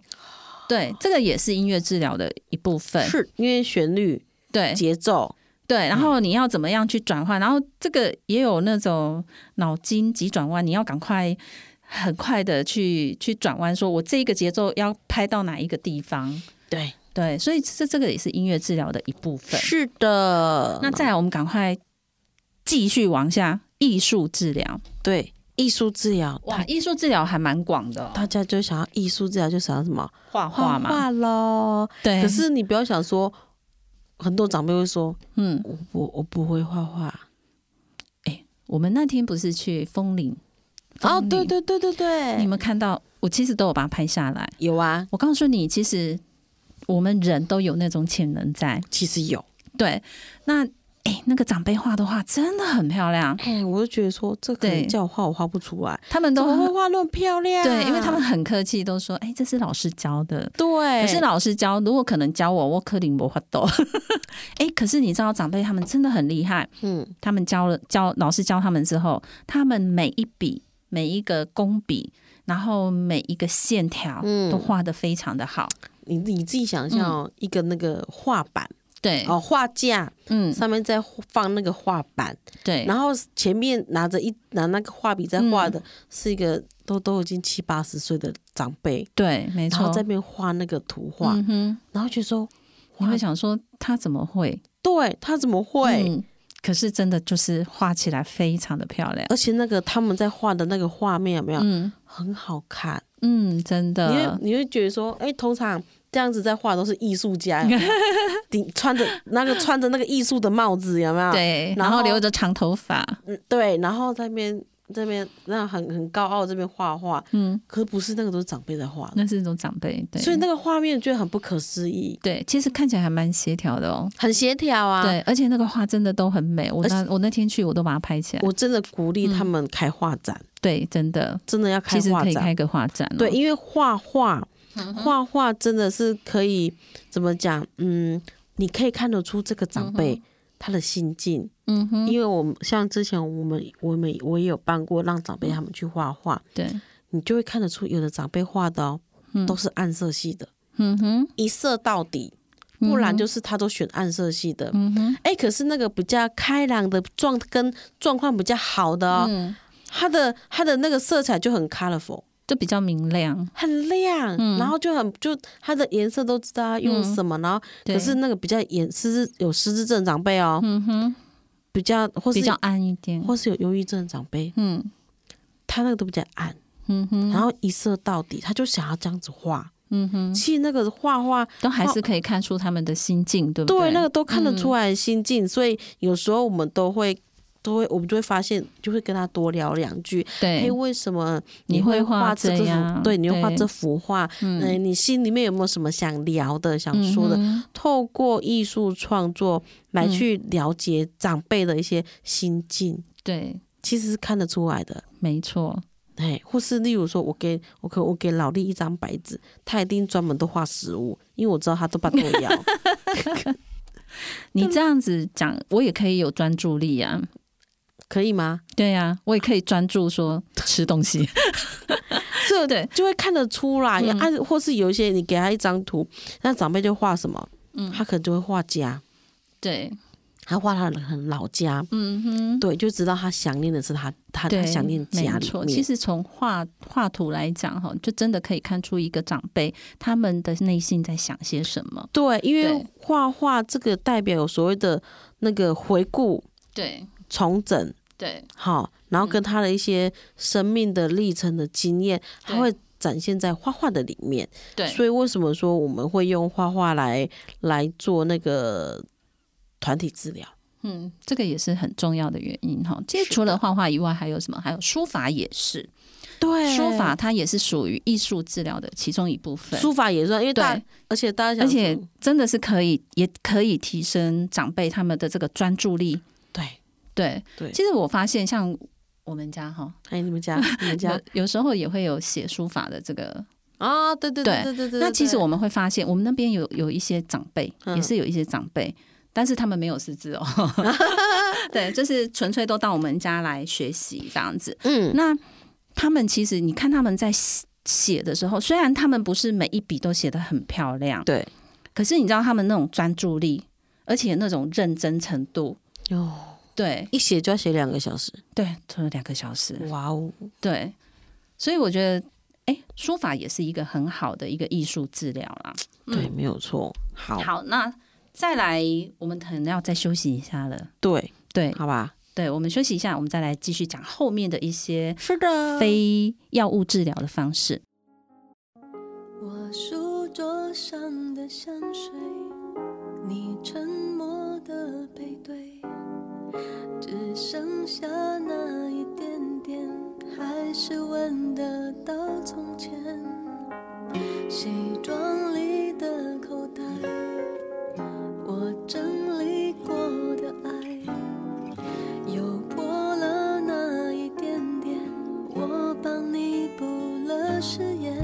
Speaker 1: 对，这个也是音乐治疗的一部分。
Speaker 2: 是因为旋律、
Speaker 1: 对
Speaker 2: 节奏，
Speaker 1: 对，然后你要怎么样去转换？然后这个也有那种脑筋急转弯，你要赶快。很快的去去转弯，说我这个节奏要拍到哪一个地方？
Speaker 2: 对，
Speaker 1: 对，所以这这个也是音乐治疗的一部分。
Speaker 2: 是的。
Speaker 1: 那再来，我们赶快继续往下，艺术治疗。
Speaker 2: 对艺术治疗，
Speaker 1: 哇
Speaker 2: 大，
Speaker 1: 艺术治疗还蛮广的、哦，
Speaker 2: 大家就想要艺术治疗，就想要什么
Speaker 1: 画
Speaker 2: 画
Speaker 1: 画嘛，
Speaker 2: 画喽。
Speaker 1: 对。
Speaker 2: 可是你不要想说，很多长辈会说，
Speaker 1: 嗯，
Speaker 2: 我我我不会画画。
Speaker 1: 我们那天不是去枫林？
Speaker 2: 哦，
Speaker 1: 枫
Speaker 2: 对
Speaker 1: 林，
Speaker 2: 对对对
Speaker 1: 你
Speaker 2: 对，
Speaker 1: 们看到我其实都有把它拍下来。
Speaker 2: 有啊，
Speaker 1: 我告诉你，其实我们人都有那种潜能在。
Speaker 2: 其实有。
Speaker 1: 对，那哎，那个长辈画的画真的很漂亮，
Speaker 2: 哎，我就觉得说，这个
Speaker 1: 对
Speaker 2: 叫我画我画不出来，
Speaker 1: 他们
Speaker 2: 怎
Speaker 1: 都
Speaker 2: 么会
Speaker 1: 很
Speaker 2: 画那么漂亮？啊
Speaker 1: 对，因为他们很客气，都说哎，这是老师教的。
Speaker 2: 对，
Speaker 1: 可是老师教，如果可能教我，我可能我画抖。 <laughs> 哎，可是你知道长辈他们真的很厉害，
Speaker 2: 嗯，
Speaker 1: 他们教了教老师教他们之后，他们每一笔每一个工笔，然后每一个线条
Speaker 2: 嗯
Speaker 1: 都画得非常的好。
Speaker 2: 你你自己想象
Speaker 1: 嗯
Speaker 2: 哦，一个那个画板
Speaker 1: 对，
Speaker 2: 哦，画架
Speaker 1: 嗯，
Speaker 2: 上面在放那个画板，
Speaker 1: 对，嗯
Speaker 2: 然后前面拿着一拿那个画笔在画的是一个都都已经七八十岁的长辈，
Speaker 1: 对，没
Speaker 2: 然
Speaker 1: 错
Speaker 2: 后，在那边画那个图画，
Speaker 1: 嗯哼，
Speaker 2: 然后就说，
Speaker 1: 你会想说他怎么会？
Speaker 2: 对他怎么会？
Speaker 1: 嗯可是真的就是画起来非常的漂亮。
Speaker 2: 而且那个他们在画的那个画面有没有、
Speaker 1: 嗯
Speaker 2: 很好看？
Speaker 1: 嗯，真
Speaker 2: 你会
Speaker 1: 的，
Speaker 2: 你会觉得说，哎、通常这样子在画都是艺术
Speaker 1: <laughs>
Speaker 2: 家有没有，你穿着那个穿着那个艺术的帽子，有没有？
Speaker 1: 对，
Speaker 2: 然
Speaker 1: 然后
Speaker 2: 后
Speaker 1: 留着长头发，
Speaker 2: 嗯对，然后在那边这边那很很高傲这边画画，
Speaker 1: 嗯，
Speaker 2: 可是不是那个都是长辈在画的，
Speaker 1: 那是一种长辈，嗯对，
Speaker 2: 所以那个画面觉得很不可思议，
Speaker 1: 对，其实看起来还蛮协调的哦。
Speaker 2: 很协调啊。
Speaker 1: 对，而且那个画真的都很美，我那我那天去我都把它拍起来。
Speaker 2: 我真的鼓励他们开画展，
Speaker 1: 对，真的，
Speaker 2: 真的要开
Speaker 1: 嗯其实
Speaker 2: 画
Speaker 1: 可以
Speaker 2: 展。
Speaker 1: 开个画展、哦。
Speaker 2: 对，因为画画，
Speaker 1: 嗯
Speaker 2: 画画真的是可以怎么讲？嗯，你可以看得出这个长辈、他的心境，
Speaker 1: 嗯哼，
Speaker 2: 因为我们像之前我们我们我也有办过让长辈他们去画画，
Speaker 1: 对，
Speaker 2: 你就会看得出有的长辈画的哦，都是暗色系的，
Speaker 1: 嗯哼，
Speaker 2: 一色到底，不然就是他都选暗色系的。
Speaker 1: 嗯哼，
Speaker 2: 哎，可是那个比较开朗的状跟状况比较好的哦，
Speaker 1: 嗯，
Speaker 2: 它的它的那个色彩就很 colorful，
Speaker 1: 就比较明亮。
Speaker 2: 很亮，
Speaker 1: 嗯
Speaker 2: 然后就很就它的颜色都知道要用什么，然后
Speaker 1: 对
Speaker 2: 可是那个比较严失智有失智症长辈哦，
Speaker 1: 嗯哼，
Speaker 2: 比较或是
Speaker 1: 比较暗一点。
Speaker 2: 或是有忧郁症长辈，
Speaker 1: 嗯
Speaker 2: 他那个都比较暗，
Speaker 1: 嗯哼，
Speaker 2: 然后一色到底，他就想要这样子画。
Speaker 1: 嗯哼，
Speaker 2: 其实那个画画，
Speaker 1: 都还是可以看出他们的心境，对不
Speaker 2: 对
Speaker 1: 对，
Speaker 2: 那个都看得出来心境，所以有时候我们都会。都会，我们就会发现，就会跟他多聊两句。哎，
Speaker 1: 对，
Speaker 2: 为什么
Speaker 1: 你
Speaker 2: 会
Speaker 1: 会画
Speaker 2: 这个
Speaker 1: 这
Speaker 2: 幅？
Speaker 1: 样
Speaker 2: 对，你会画
Speaker 1: 对
Speaker 2: 这幅画。嗯、
Speaker 1: 嗯
Speaker 2: 你心里面有没有什么想聊的、想说的？
Speaker 1: 嗯哼
Speaker 2: 透过艺术创作来
Speaker 1: 嗯
Speaker 2: 去了解长辈的一些心境，
Speaker 1: 对，
Speaker 2: 其实是看得出来的。
Speaker 1: 没错。
Speaker 2: 哎，或是例如说我给我可我给老力一张白纸，他一定专门都画食物，因为我知道他都把豆摇。
Speaker 1: <laughs> 你这样子讲，我也可以有专注力啊。
Speaker 2: 可以吗？
Speaker 1: 对呀、我也可以专注说吃东西。
Speaker 2: 这
Speaker 1: 对
Speaker 2: 就会看得出来，
Speaker 1: 嗯
Speaker 2: 按、或是有一些你给他一张图，那长辈就画什么，
Speaker 1: 嗯
Speaker 2: 他可能就会画家，
Speaker 1: <laughs> 对，
Speaker 2: 他画他的很老家，
Speaker 1: 嗯哼，
Speaker 2: 对，就知道他想念的是他他
Speaker 1: 对，
Speaker 2: 他想念家
Speaker 1: 没
Speaker 2: 里
Speaker 1: 错。
Speaker 2: 面
Speaker 1: 其实从画画图来讲，哈，就真的可以看出一个长辈他们的内心在想些什么。
Speaker 2: 对，因为
Speaker 1: 对
Speaker 2: 画画这个代表有所谓的那个回顾、
Speaker 1: 对
Speaker 2: 重整，
Speaker 1: 对
Speaker 2: 好，然后
Speaker 1: 嗯
Speaker 2: 跟他的一些生命的历程的经验，他
Speaker 1: 对
Speaker 2: 会展现在画画的里面。
Speaker 1: 对
Speaker 2: 所以为什么说我们会用画画来来做那个团体治疗？
Speaker 1: 嗯，这个也是很重要的原因哈。其实
Speaker 2: 是
Speaker 1: 除了画画以外，还有什么？还有书法也是，
Speaker 2: 对
Speaker 1: 书法它也是属于艺术治疗的其中一部分。
Speaker 2: 书法也算，因为大
Speaker 1: 对，
Speaker 2: 而且大家
Speaker 1: 而
Speaker 2: 想说
Speaker 1: 且真的是可以，也可以提升长辈他们的这个专注力。
Speaker 2: 对，
Speaker 1: 对，
Speaker 2: 对
Speaker 1: 其实我发现像我们家哈，
Speaker 2: 哎，你们
Speaker 1: <laughs>
Speaker 2: 家你们家
Speaker 1: 有有时候也会有写书法的这个。
Speaker 2: 啊，对对对
Speaker 1: 对
Speaker 2: 对对对。
Speaker 1: 那其实
Speaker 2: 对
Speaker 1: 我们会发现，我们那边有有一些长辈，
Speaker 2: 嗯
Speaker 1: 也是有一些长辈。但是他们没有识
Speaker 2: <laughs>
Speaker 1: 字哦，对，就是纯粹都到我们家来学习这样子。
Speaker 2: 嗯
Speaker 1: 那他们其实你看他们在写写的时候，虽然他们不是每一笔都写得很漂亮，
Speaker 2: 对
Speaker 1: 可是你知道他们那种专注力，而且那种认真程度，
Speaker 2: 哦，
Speaker 1: 对
Speaker 2: 一写就要写两个小时，
Speaker 1: 对，拖了两个小时，
Speaker 2: 哇哦，
Speaker 1: 对，所以我觉得，哎、书法也是一个很好的一个艺术治疗啦。
Speaker 2: 对，没有错，好，
Speaker 1: 嗯好，那再来，我们可能要再休息一下了。
Speaker 2: 对，
Speaker 1: 对
Speaker 2: 好吧，
Speaker 1: 对，我们休息一下，我们再来继续讲后面的一些
Speaker 2: 是的
Speaker 1: 非药物治疗的方式。
Speaker 3: 我书桌上的香水，你沉默的背对，只剩下那一点点，还是闻得到从前。西装里的口袋，我整理过的爱，又破了那一点点，我帮你补了誓言。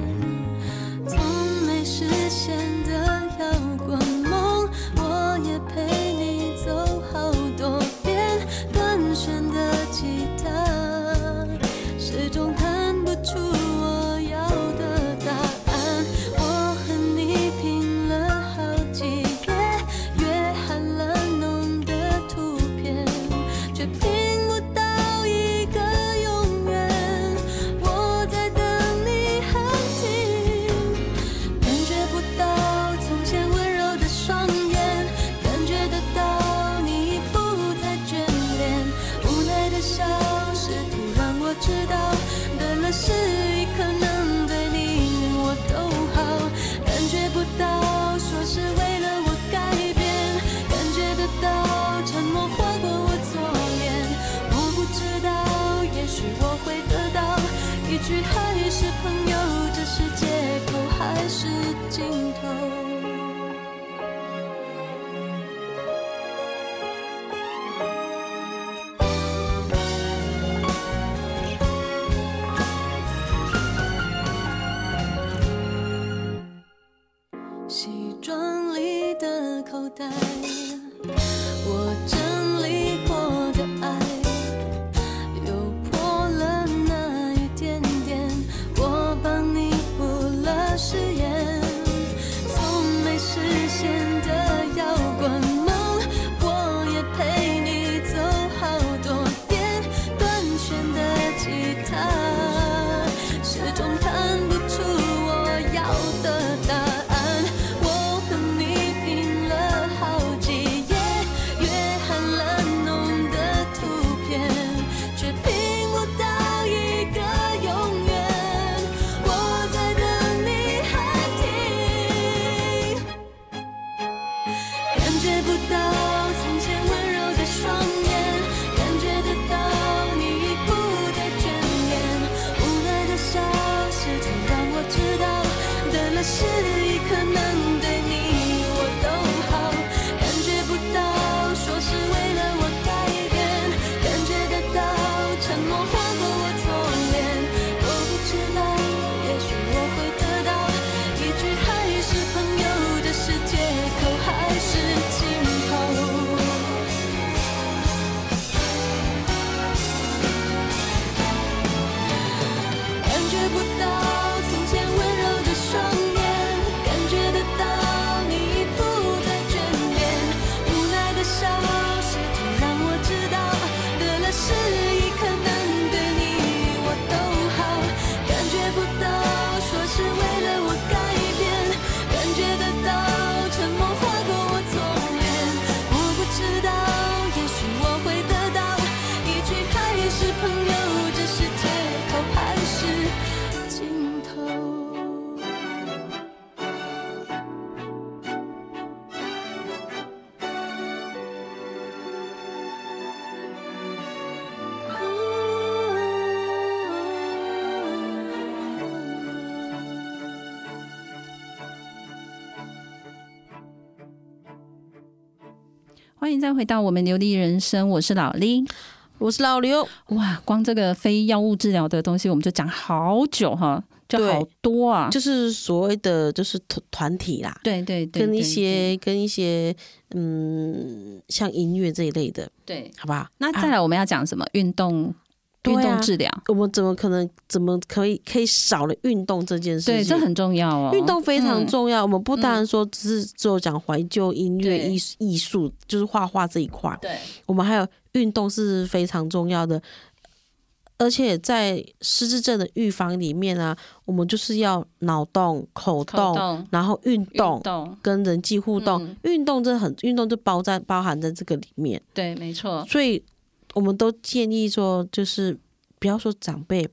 Speaker 3: 从没实现的摇滚梦，我也陪你走好多遍。断弦的吉他，始终弹不出我要的答案。我和你拼了好几夜，约好了弄的图片，却拼不到一个永远。我在等你还
Speaker 1: 欢迎再回到我们流利人生，我是老李。
Speaker 2: 我是老刘，
Speaker 1: 哇，光这个非药物治疗的东西，我们就讲好久哈，就
Speaker 2: 对
Speaker 1: 好多啊。
Speaker 2: 就是所谓的就是团团体啦，
Speaker 1: 对对对，
Speaker 2: 跟一
Speaker 1: 对
Speaker 2: 些跟一些嗯，像音乐这一类的，
Speaker 1: 对对
Speaker 2: 好不好？
Speaker 1: 那
Speaker 2: 啊
Speaker 1: 再来，我们要讲什么？运动，
Speaker 2: 对
Speaker 1: 运
Speaker 2: 啊
Speaker 1: 动治疗，
Speaker 2: 我们怎么可能怎么可以可以少了运动这件事情？
Speaker 1: 对，这很重要哦。
Speaker 2: 运动非常
Speaker 1: 嗯
Speaker 2: 重要。我们不单说只是只有讲怀旧音乐、
Speaker 1: 对
Speaker 2: 艺术艺术，就是画画这一块，
Speaker 1: 对，
Speaker 2: 我们还有运动是非常重要的。而且在失智症的预防里面啊，我们就是要脑动、口
Speaker 1: 口
Speaker 2: 动，
Speaker 1: 动
Speaker 2: 然后运动
Speaker 1: 运动，
Speaker 2: 跟人际互动。
Speaker 1: 嗯
Speaker 2: 运动这很运动就包在包含在这个里面，
Speaker 1: 对，没错，
Speaker 2: 所以我们都建议说，就是不要说长辈。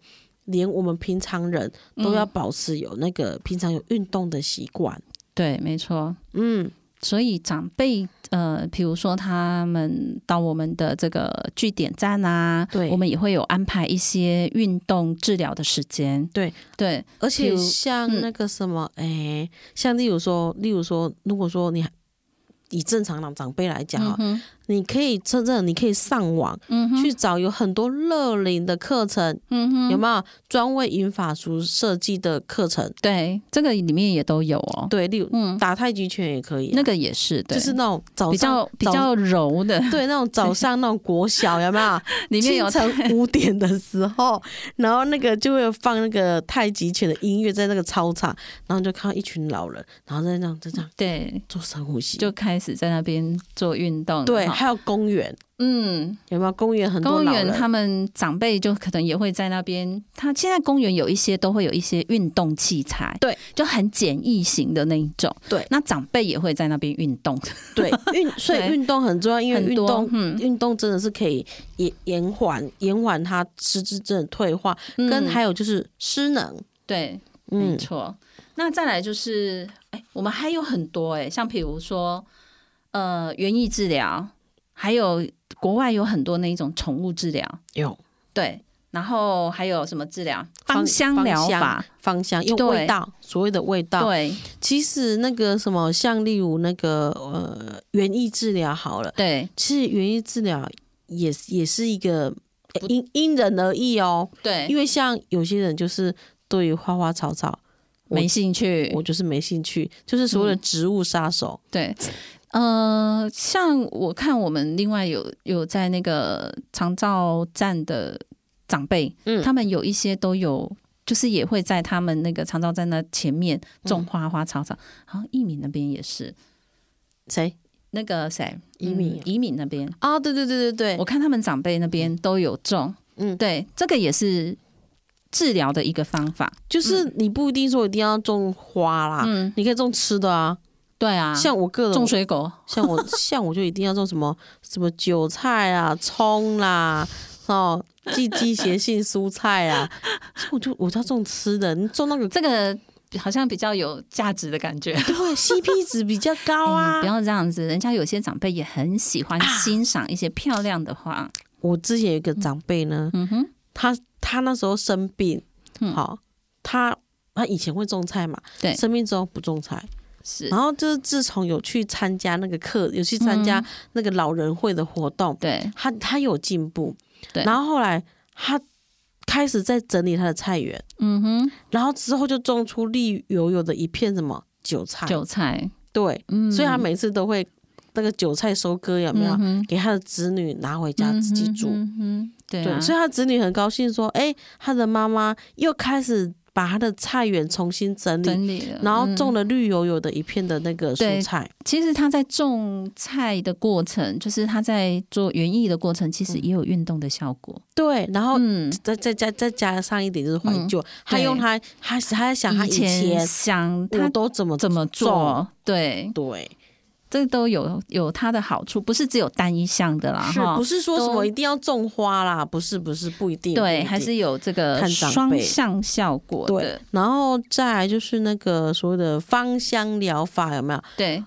Speaker 2: 连我们平常人都要
Speaker 1: 嗯
Speaker 2: 保持有那个平常有运动的习惯，
Speaker 1: 对，没错。
Speaker 2: 嗯，
Speaker 1: 所以长辈，呃，比如说他们到我们的这个据点站啊，
Speaker 2: 对
Speaker 1: 我们也会有安排一些运动治疗的时间。
Speaker 2: 对
Speaker 1: 对，
Speaker 2: 而
Speaker 1: 比
Speaker 2: 且
Speaker 1: 如嗯
Speaker 2: 像那个什么，哎、像例如说，例如说，如果说你以正常的长辈来讲啊、
Speaker 1: 嗯哼
Speaker 2: 你可以真正你可以上网、
Speaker 1: 嗯哼，
Speaker 2: 去找有很多乐龄的课程，
Speaker 1: 嗯哼，
Speaker 2: 有没有专为银发族设计的课程？
Speaker 1: 对，这个里面也都有哦。
Speaker 2: 对，例如、
Speaker 1: 嗯，
Speaker 2: 打太极拳也可以啊、
Speaker 1: 那个也是，对，
Speaker 2: 就是那种早
Speaker 1: 比
Speaker 2: 上
Speaker 1: 较比较柔的，
Speaker 2: 早对那种早上那种国
Speaker 1: <laughs>
Speaker 2: 小有没有？
Speaker 1: 里面有
Speaker 2: 清晨 <laughs> 五点的时候，然后那个就会放那个太极拳的音乐在那个操场，然后你就看到一群老人，然后在那样在这样
Speaker 1: <laughs> 对，
Speaker 2: 做深呼吸，
Speaker 1: 就开始在那边做运动。
Speaker 2: 对，
Speaker 1: 哈
Speaker 2: 还有公园
Speaker 1: 嗯，
Speaker 2: 有没有？公园很多
Speaker 1: 公
Speaker 2: 老
Speaker 1: 园
Speaker 2: 人，
Speaker 1: 他们长辈就可能也会在那边。他现在公园有一些都会有一些运动器材，
Speaker 2: 对，
Speaker 1: 就很简易型的那一种。
Speaker 2: 对
Speaker 1: 那长辈也会在那边运动， <laughs>
Speaker 2: 对运，所以
Speaker 1: 对
Speaker 2: 运动很重要，因为
Speaker 1: 很
Speaker 2: 运
Speaker 1: 多
Speaker 2: 动。
Speaker 1: 嗯，
Speaker 2: 运动真的是可以延延缓延缓他失智症的退化，
Speaker 1: 嗯
Speaker 2: 跟还有就是失能，
Speaker 1: 对，没
Speaker 2: 嗯，
Speaker 1: 错。那再来就是，哎、我们还有很多哎、像比如说，呃，园艺治疗，还有国外有很多那一种宠物治疗，
Speaker 2: 有
Speaker 1: 对，然后还有什么治疗？芳
Speaker 2: 芳
Speaker 1: 香
Speaker 2: 芳
Speaker 1: 疗
Speaker 2: 香
Speaker 1: 法，
Speaker 2: 芳香用
Speaker 1: 对
Speaker 2: 味道，所谓的味道，
Speaker 1: 对
Speaker 2: 其实那个什么，像例如那个呃，园艺治疗好了，
Speaker 1: 对
Speaker 2: 其实园艺治疗也也是一个呃因因人而异哦，因
Speaker 1: 对，
Speaker 2: 为像有些人就是对于花花草草，我
Speaker 1: 没兴趣
Speaker 2: 我。就是没兴趣，就是所谓的
Speaker 1: 嗯
Speaker 2: 植物杀手。
Speaker 1: 对，呃，像我看我们另外有有在那个长照站的长辈，
Speaker 2: 嗯
Speaker 1: 他们有一些都有，就是也会在他们那个长照站那前面
Speaker 2: 嗯
Speaker 1: 种花花草草，好像义敏那边也是。
Speaker 2: 谁
Speaker 1: 那个谁，
Speaker 2: 宜敏
Speaker 1: 嗯宜敏那边，
Speaker 2: 啊？对对对对
Speaker 1: 我嗯
Speaker 2: 对，
Speaker 1: 看他们长辈那边都有种，
Speaker 2: 嗯，
Speaker 1: 对，这个也是治疗的一个方法，
Speaker 2: 就是你不一定说一定要种花啦，
Speaker 1: 嗯，
Speaker 2: 你可以种吃的啊。
Speaker 1: 对啊，
Speaker 2: 像我个人，
Speaker 1: 种水果，
Speaker 2: 像我像我就一定要种什么什么韭菜啊、葱啦、哦寄
Speaker 1: <laughs>
Speaker 2: 季节性蔬菜啊，所以我就我就要种吃的，你种那个
Speaker 1: 这个好像比较有价值的感觉。
Speaker 2: 对
Speaker 1: <laughs>
Speaker 2: CP 值比较高
Speaker 1: 哎
Speaker 2: 啊
Speaker 1: 不。要这样子，人家有些长辈也很喜欢欣赏一些漂亮的花。
Speaker 2: 我之前有一个长辈呢，
Speaker 1: 嗯哼，
Speaker 2: 他他那时候生病，
Speaker 1: 嗯
Speaker 2: 好、他他以前会种菜嘛，
Speaker 1: 对
Speaker 2: 生病之后不种菜，
Speaker 1: 是
Speaker 2: 然，后就是自从有去参加那个课，有去参加
Speaker 1: 嗯
Speaker 2: 那个老人会的活动，
Speaker 1: 对
Speaker 2: 他他有进步，
Speaker 1: 对。
Speaker 2: 然
Speaker 1: 后，
Speaker 2: 后后来他开始在整理他的菜园，
Speaker 1: 嗯哼，
Speaker 2: 然后之后就种出绿油油的一片什么韭菜，
Speaker 1: 韭菜，
Speaker 2: 对，
Speaker 1: 嗯，
Speaker 2: 哎所以他每次都会那个韭菜收割有没有、
Speaker 1: 嗯哼
Speaker 2: 给他的子女拿回家自己煮，
Speaker 1: 嗯哼嗯哼对啊
Speaker 2: 对，所以他子女很高兴说，哎、他的妈妈又开始把他的菜园重新整理。
Speaker 1: 整理了，
Speaker 2: 然后种
Speaker 1: 嗯
Speaker 2: 了绿油油的一片的那个
Speaker 1: 对
Speaker 2: 蔬菜，
Speaker 1: 其实他在种菜的过程，就是他在做园艺的过程，其实
Speaker 2: 嗯
Speaker 1: 也有运动的效果。
Speaker 2: 对，然后
Speaker 1: 嗯，
Speaker 2: 再再加再加上一点就是怀旧，他
Speaker 1: 对
Speaker 2: 用他他他在想他以前
Speaker 1: 前想
Speaker 2: 我
Speaker 1: 他
Speaker 2: 都怎么
Speaker 1: 怎么
Speaker 2: 种
Speaker 1: 做，对，
Speaker 2: 对，
Speaker 1: 这都有有它的好处，不是只有单一项的啦，
Speaker 2: 是
Speaker 1: 哈
Speaker 2: 不。是说什
Speaker 1: 都
Speaker 2: 么一定要种花啦？不是，不是，不一定。不一
Speaker 1: 对，
Speaker 2: 定
Speaker 1: 还是有这个
Speaker 2: 看长
Speaker 1: 双
Speaker 2: 辈
Speaker 1: 向效果
Speaker 2: 对
Speaker 1: 的。。
Speaker 2: 然后再来就是那个所谓的芳香疗法，有没有？
Speaker 1: 对，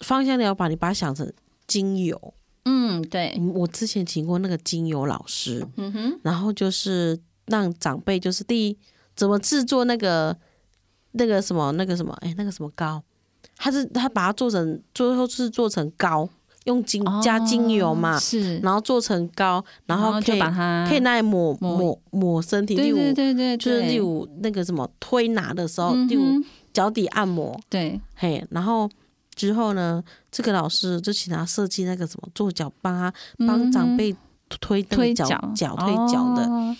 Speaker 2: 芳香疗法，你把它想成精油。
Speaker 1: 嗯，对，
Speaker 2: 嗯我之前请过那个精油老师，
Speaker 1: 嗯哼，
Speaker 2: 然后就是让长辈就是第一怎么制作那个那个什么那个什么哎那个什么膏，他是他把它做成最后是做成膏用精加精油嘛
Speaker 1: 嗯哦，是，
Speaker 2: 然后做成膏，然
Speaker 1: 然
Speaker 2: 后
Speaker 1: 后
Speaker 2: 可
Speaker 1: 就
Speaker 2: 以
Speaker 1: 把它
Speaker 2: 可以拿来抹
Speaker 1: 抹
Speaker 2: 抹抹身体，例
Speaker 1: 对
Speaker 2: 如
Speaker 1: 对对对，
Speaker 2: 就是
Speaker 1: 对
Speaker 2: 例如那个什么推拿的时候，
Speaker 1: 嗯
Speaker 2: 例如
Speaker 1: 哼
Speaker 2: 脚底按摩，
Speaker 1: 对，
Speaker 2: 嘿，然后之后呢，这个老师就请他设计那个什么做脚，帮他帮长辈推那
Speaker 1: 嗯推
Speaker 2: 个脚脚推脚的，
Speaker 1: 哦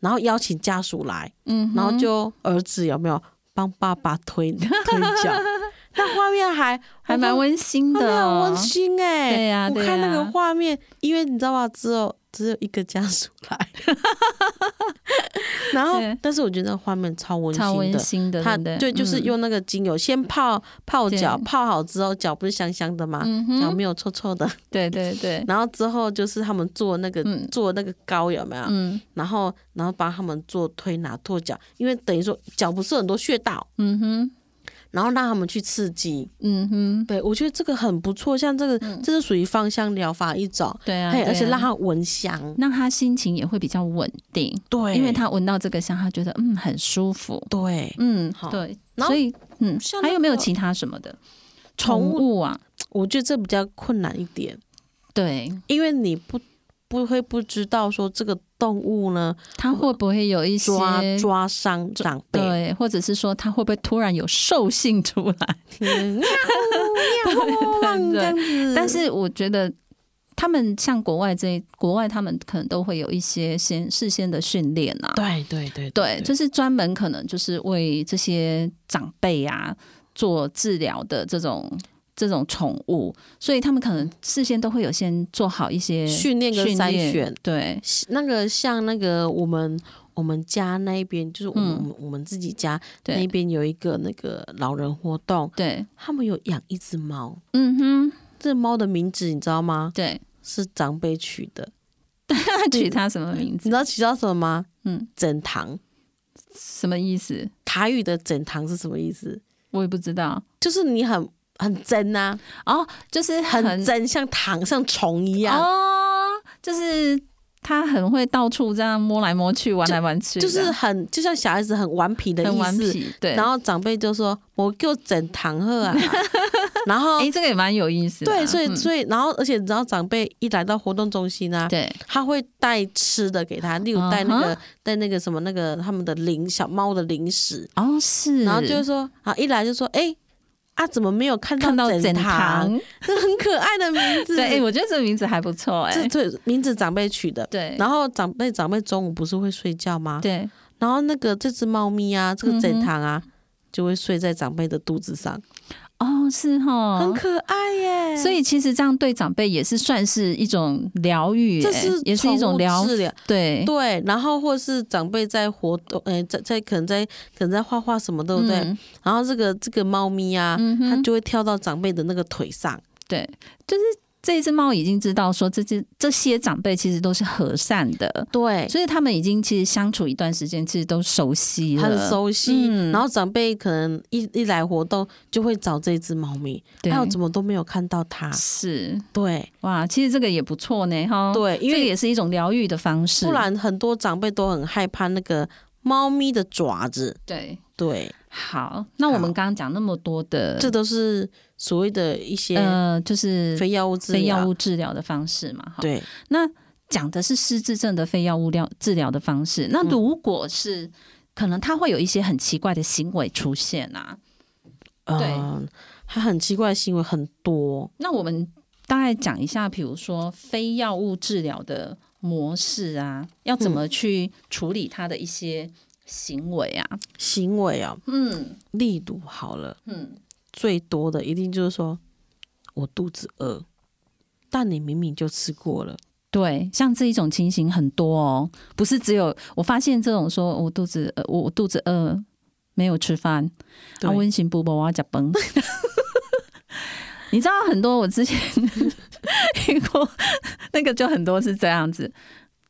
Speaker 2: 然后邀请家属来，
Speaker 1: 嗯哼，
Speaker 2: 然后就儿子有没有帮爸爸推推
Speaker 1: <laughs>
Speaker 2: 脚？那画面还
Speaker 1: 还
Speaker 2: 哦
Speaker 1: 蛮温馨
Speaker 2: 馨
Speaker 1: 的
Speaker 2: 很
Speaker 1: 哦，
Speaker 2: 温馨哎、
Speaker 1: 对呀
Speaker 2: 我
Speaker 1: 对
Speaker 2: 看那个
Speaker 1: 呀
Speaker 2: 画面，因为你知道吗？只有只有一个家属来，
Speaker 1: <laughs>
Speaker 2: 然后
Speaker 1: 对
Speaker 2: 但是我觉得那个画面超温
Speaker 1: 超
Speaker 2: 馨
Speaker 1: 温
Speaker 2: 的。
Speaker 1: 馨的，
Speaker 2: 它
Speaker 1: 对不对
Speaker 2: 对，就是
Speaker 1: 嗯
Speaker 2: 用那个精油先泡泡
Speaker 1: 对
Speaker 2: 脚，泡好之后脚不是香香的吗？
Speaker 1: 嗯
Speaker 2: 脚
Speaker 1: 哼，
Speaker 2: 没有臭臭的。
Speaker 1: 对对对，
Speaker 2: 然后之后就是他们做那个
Speaker 1: 嗯
Speaker 2: 做那个膏有没有？
Speaker 1: 嗯
Speaker 2: 然后然后帮他们做推拿拓脚，因为等于说脚不是很多穴道，
Speaker 1: 嗯哼，
Speaker 2: 然后让他们去刺激。
Speaker 1: 嗯哼，
Speaker 2: 对，我觉得这个很不错，像这个、这是属于芳香疗法一种，
Speaker 1: 嗯对啊，
Speaker 2: 嘿，
Speaker 1: 对
Speaker 2: 而且
Speaker 1: 啊
Speaker 2: 让他闻香，
Speaker 1: 让他心情也会比较稳定，
Speaker 2: 对
Speaker 1: 因为他闻到这个香，他觉得嗯很舒服，
Speaker 2: 对。
Speaker 1: 嗯
Speaker 2: 好，
Speaker 1: 对，
Speaker 2: 然后
Speaker 1: 所以嗯
Speaker 2: 像，那
Speaker 1: 还有没有
Speaker 2: 个
Speaker 1: 其他什么的
Speaker 2: 宠物
Speaker 1: 物啊？
Speaker 2: 我觉得这比较困难一点，
Speaker 1: 对，
Speaker 2: 因为你不不会不知道说这个动物呢
Speaker 1: 它会不会有一些
Speaker 2: 抓抓伤长
Speaker 1: <laughs>
Speaker 2: 辈，
Speaker 1: 对，或者是说它会不会突然有兽性出来？ <laughs>
Speaker 2: 嗯喵喵
Speaker 1: 对
Speaker 2: 这样子，
Speaker 1: 但是我觉得他们像国外这国外，他们可能都会有一些先事先的训练啊，
Speaker 2: 对对对
Speaker 1: 对，就是专门可能就是为这些长辈啊做治疗的这种这种宠物，所以他们可能事先都会有先做好一些
Speaker 2: 训练跟
Speaker 1: 训
Speaker 2: 筛
Speaker 1: 练
Speaker 2: 选，
Speaker 1: 对，
Speaker 2: 那个像那个我们我们家那边，就是我们、
Speaker 1: 嗯
Speaker 2: 我们我们自己家
Speaker 1: 对
Speaker 2: 那边有一个那个老人活动，
Speaker 1: 对，
Speaker 2: 他们有养一只猫，
Speaker 1: 嗯哼，
Speaker 2: 这猫的名字你知道吗？
Speaker 1: 对，
Speaker 2: 是长辈取的，
Speaker 1: 他取它什么名
Speaker 2: 你知
Speaker 1: 字？
Speaker 2: 道取叫什么吗？
Speaker 1: 嗯，
Speaker 2: 整堂
Speaker 1: 什么意思？
Speaker 2: 台语的整堂是什么意思？
Speaker 1: 我也不知道。
Speaker 2: 就是你很很真呐、
Speaker 1: 哦，就是
Speaker 2: 啊，很
Speaker 1: 很
Speaker 2: 真，像糖像虫一样。
Speaker 1: 哦，就是他很会到处这样摸来摸去、玩来玩去的，
Speaker 2: 就是很就像小孩子很顽皮的
Speaker 1: 很
Speaker 2: 意
Speaker 1: 顽
Speaker 2: 思，
Speaker 1: 皮。对，
Speaker 2: 然后长辈就说：“我就整堂喝
Speaker 1: <laughs>
Speaker 2: 啊。”然后
Speaker 1: 哎、这个也蛮有意思的啊、
Speaker 2: 对，所以
Speaker 1: 嗯
Speaker 2: 所以然后，而且你知道，长辈一来到活动中心啊，
Speaker 1: 对啊
Speaker 2: 他会带吃的给他，例如带那个带那个什么那个他们的零小猫的零食，
Speaker 1: 哦是，
Speaker 2: 然后就是说啊，一来就说哎啊，怎么没有看
Speaker 1: 看到
Speaker 2: 整
Speaker 1: 整
Speaker 2: 堂
Speaker 1: 堂？，
Speaker 2: <laughs> 这很可爱的名字，
Speaker 1: <laughs> 对，哎、我觉得这个名字还不错、
Speaker 2: 这
Speaker 1: 哎，
Speaker 2: 对名字长辈取的。
Speaker 1: 对，
Speaker 2: 然后长辈长辈中午不是会睡觉吗？
Speaker 1: 对，
Speaker 2: 然后那个这只猫咪啊，这个
Speaker 1: 嗯
Speaker 2: 整
Speaker 1: 哼
Speaker 2: 堂啊，就会睡在长辈的肚子上，
Speaker 1: 哦是哈，
Speaker 2: 很可爱耶。
Speaker 1: 所以其实这样对长辈也是算是一种疗愈、
Speaker 2: 这
Speaker 1: 哎
Speaker 2: 是
Speaker 1: 也是一
Speaker 2: 宠
Speaker 1: 种
Speaker 2: 物
Speaker 1: 疗，
Speaker 2: 治疗。
Speaker 1: 对
Speaker 2: 对，然后或是长辈在活动，诶、在在可能在可能在画画什么，对不对？
Speaker 1: 嗯
Speaker 2: 然后这个这个猫咪啊，
Speaker 1: 嗯哼
Speaker 2: 它就会跳到长辈的那个腿上，
Speaker 1: 对，就是这一只猫已经知道说这只这些长辈其实都是和善的，
Speaker 2: 对，
Speaker 1: 所以他们已经其实相处一段时间，其实都熟悉了，
Speaker 2: 很熟悉。
Speaker 1: 嗯
Speaker 2: 然后长辈可能一一来活动就会找这只猫咪，
Speaker 1: 对
Speaker 2: 还有怎么都没有看到它，
Speaker 1: 是
Speaker 2: 对
Speaker 1: 哇，其实这个也不错呢，哈，，
Speaker 2: 对，因
Speaker 1: 这个
Speaker 2: 为
Speaker 1: 也是一种疗愈的方式，
Speaker 2: 不然很多长辈都很害怕那个猫咪的爪子，
Speaker 1: 对。
Speaker 2: 对，
Speaker 1: 好，那我们刚刚讲那么多的，
Speaker 2: 这都是所谓的一些
Speaker 1: 呃，就是
Speaker 2: 非药物治疗，
Speaker 1: 非药物治疗的方式嘛，哈，
Speaker 2: 对，
Speaker 1: 那讲的是失智症的非药物疗治疗的方式。那如果是、可能，他会有一些很奇怪的行为出现啊。
Speaker 2: 嗯、
Speaker 1: 对
Speaker 2: 它很奇怪的行为很多。
Speaker 1: 那我们大概讲一下，比如说非药物治疗的模式啊，要怎么去处理他的一些行为啊？
Speaker 2: 行为啊，
Speaker 1: 嗯
Speaker 2: 例如好了，
Speaker 1: 嗯，
Speaker 2: 最多的一定就是说我肚子饿，但你明明就吃过了，
Speaker 1: 对，像这一种情形很多哦，不是只有我发现这种说我肚子呃我我肚子饿没有吃饭，
Speaker 2: 对
Speaker 1: 啊，温行不不，我要讲崩。 <laughs> 你知道很多，我之前遇过那个就很多是这样子，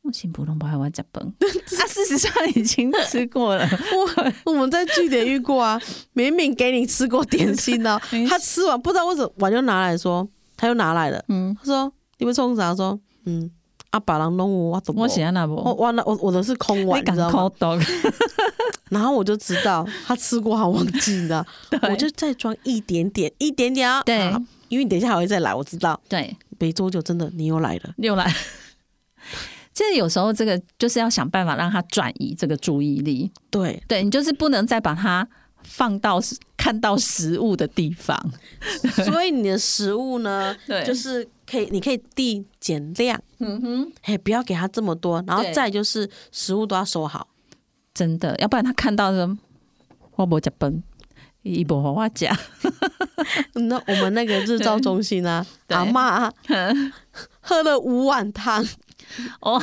Speaker 1: 温行不弄不还我要讲崩。 <laughs> 啊，事实上已经吃过了，
Speaker 2: <laughs> 我们在据点遇过啊，明明给你吃过点心呢、
Speaker 1: <laughs> 没事
Speaker 2: 他吃完不知道为什么碗就拿来说，他又拿来了，
Speaker 1: <laughs> 嗯，
Speaker 2: 他说你们冲啥？说嗯，啊，把人弄我，我怎么？
Speaker 1: 我喜欢那
Speaker 2: 我
Speaker 1: 不，
Speaker 2: 我我我的是空碗，
Speaker 1: 你
Speaker 2: 你
Speaker 1: 敢
Speaker 2: 知道吗？
Speaker 1: call dog？
Speaker 2: 然后我就知道他吃过，他忘记
Speaker 1: <laughs>
Speaker 2: 了，我就再装一点点，一点点啊，
Speaker 1: 对
Speaker 2: 啊因为你等一下还会再来，我知道。
Speaker 1: <laughs> 对
Speaker 2: 没多久，真的你又来了。
Speaker 1: 又来。这有时候这个就是要想办法让他转移这个注意力，
Speaker 2: 对，
Speaker 1: 对你就是不能再把它放到看到食物的地方。 <laughs>
Speaker 2: 所以你的食物呢
Speaker 1: 对，
Speaker 2: 就是可以，你可以递减量，
Speaker 1: 嗯哼，
Speaker 2: 嘿，不要给他这么多。然后
Speaker 1: 对
Speaker 2: 再就是食物都要收
Speaker 1: <laughs>
Speaker 2: 好，
Speaker 1: 真的，要不然他看到的我不加崩，一不好我讲，
Speaker 2: 那我们那个日照中心啊，
Speaker 1: 对
Speaker 2: 阿妈喝了五碗汤，
Speaker 1: <laughs> 哦，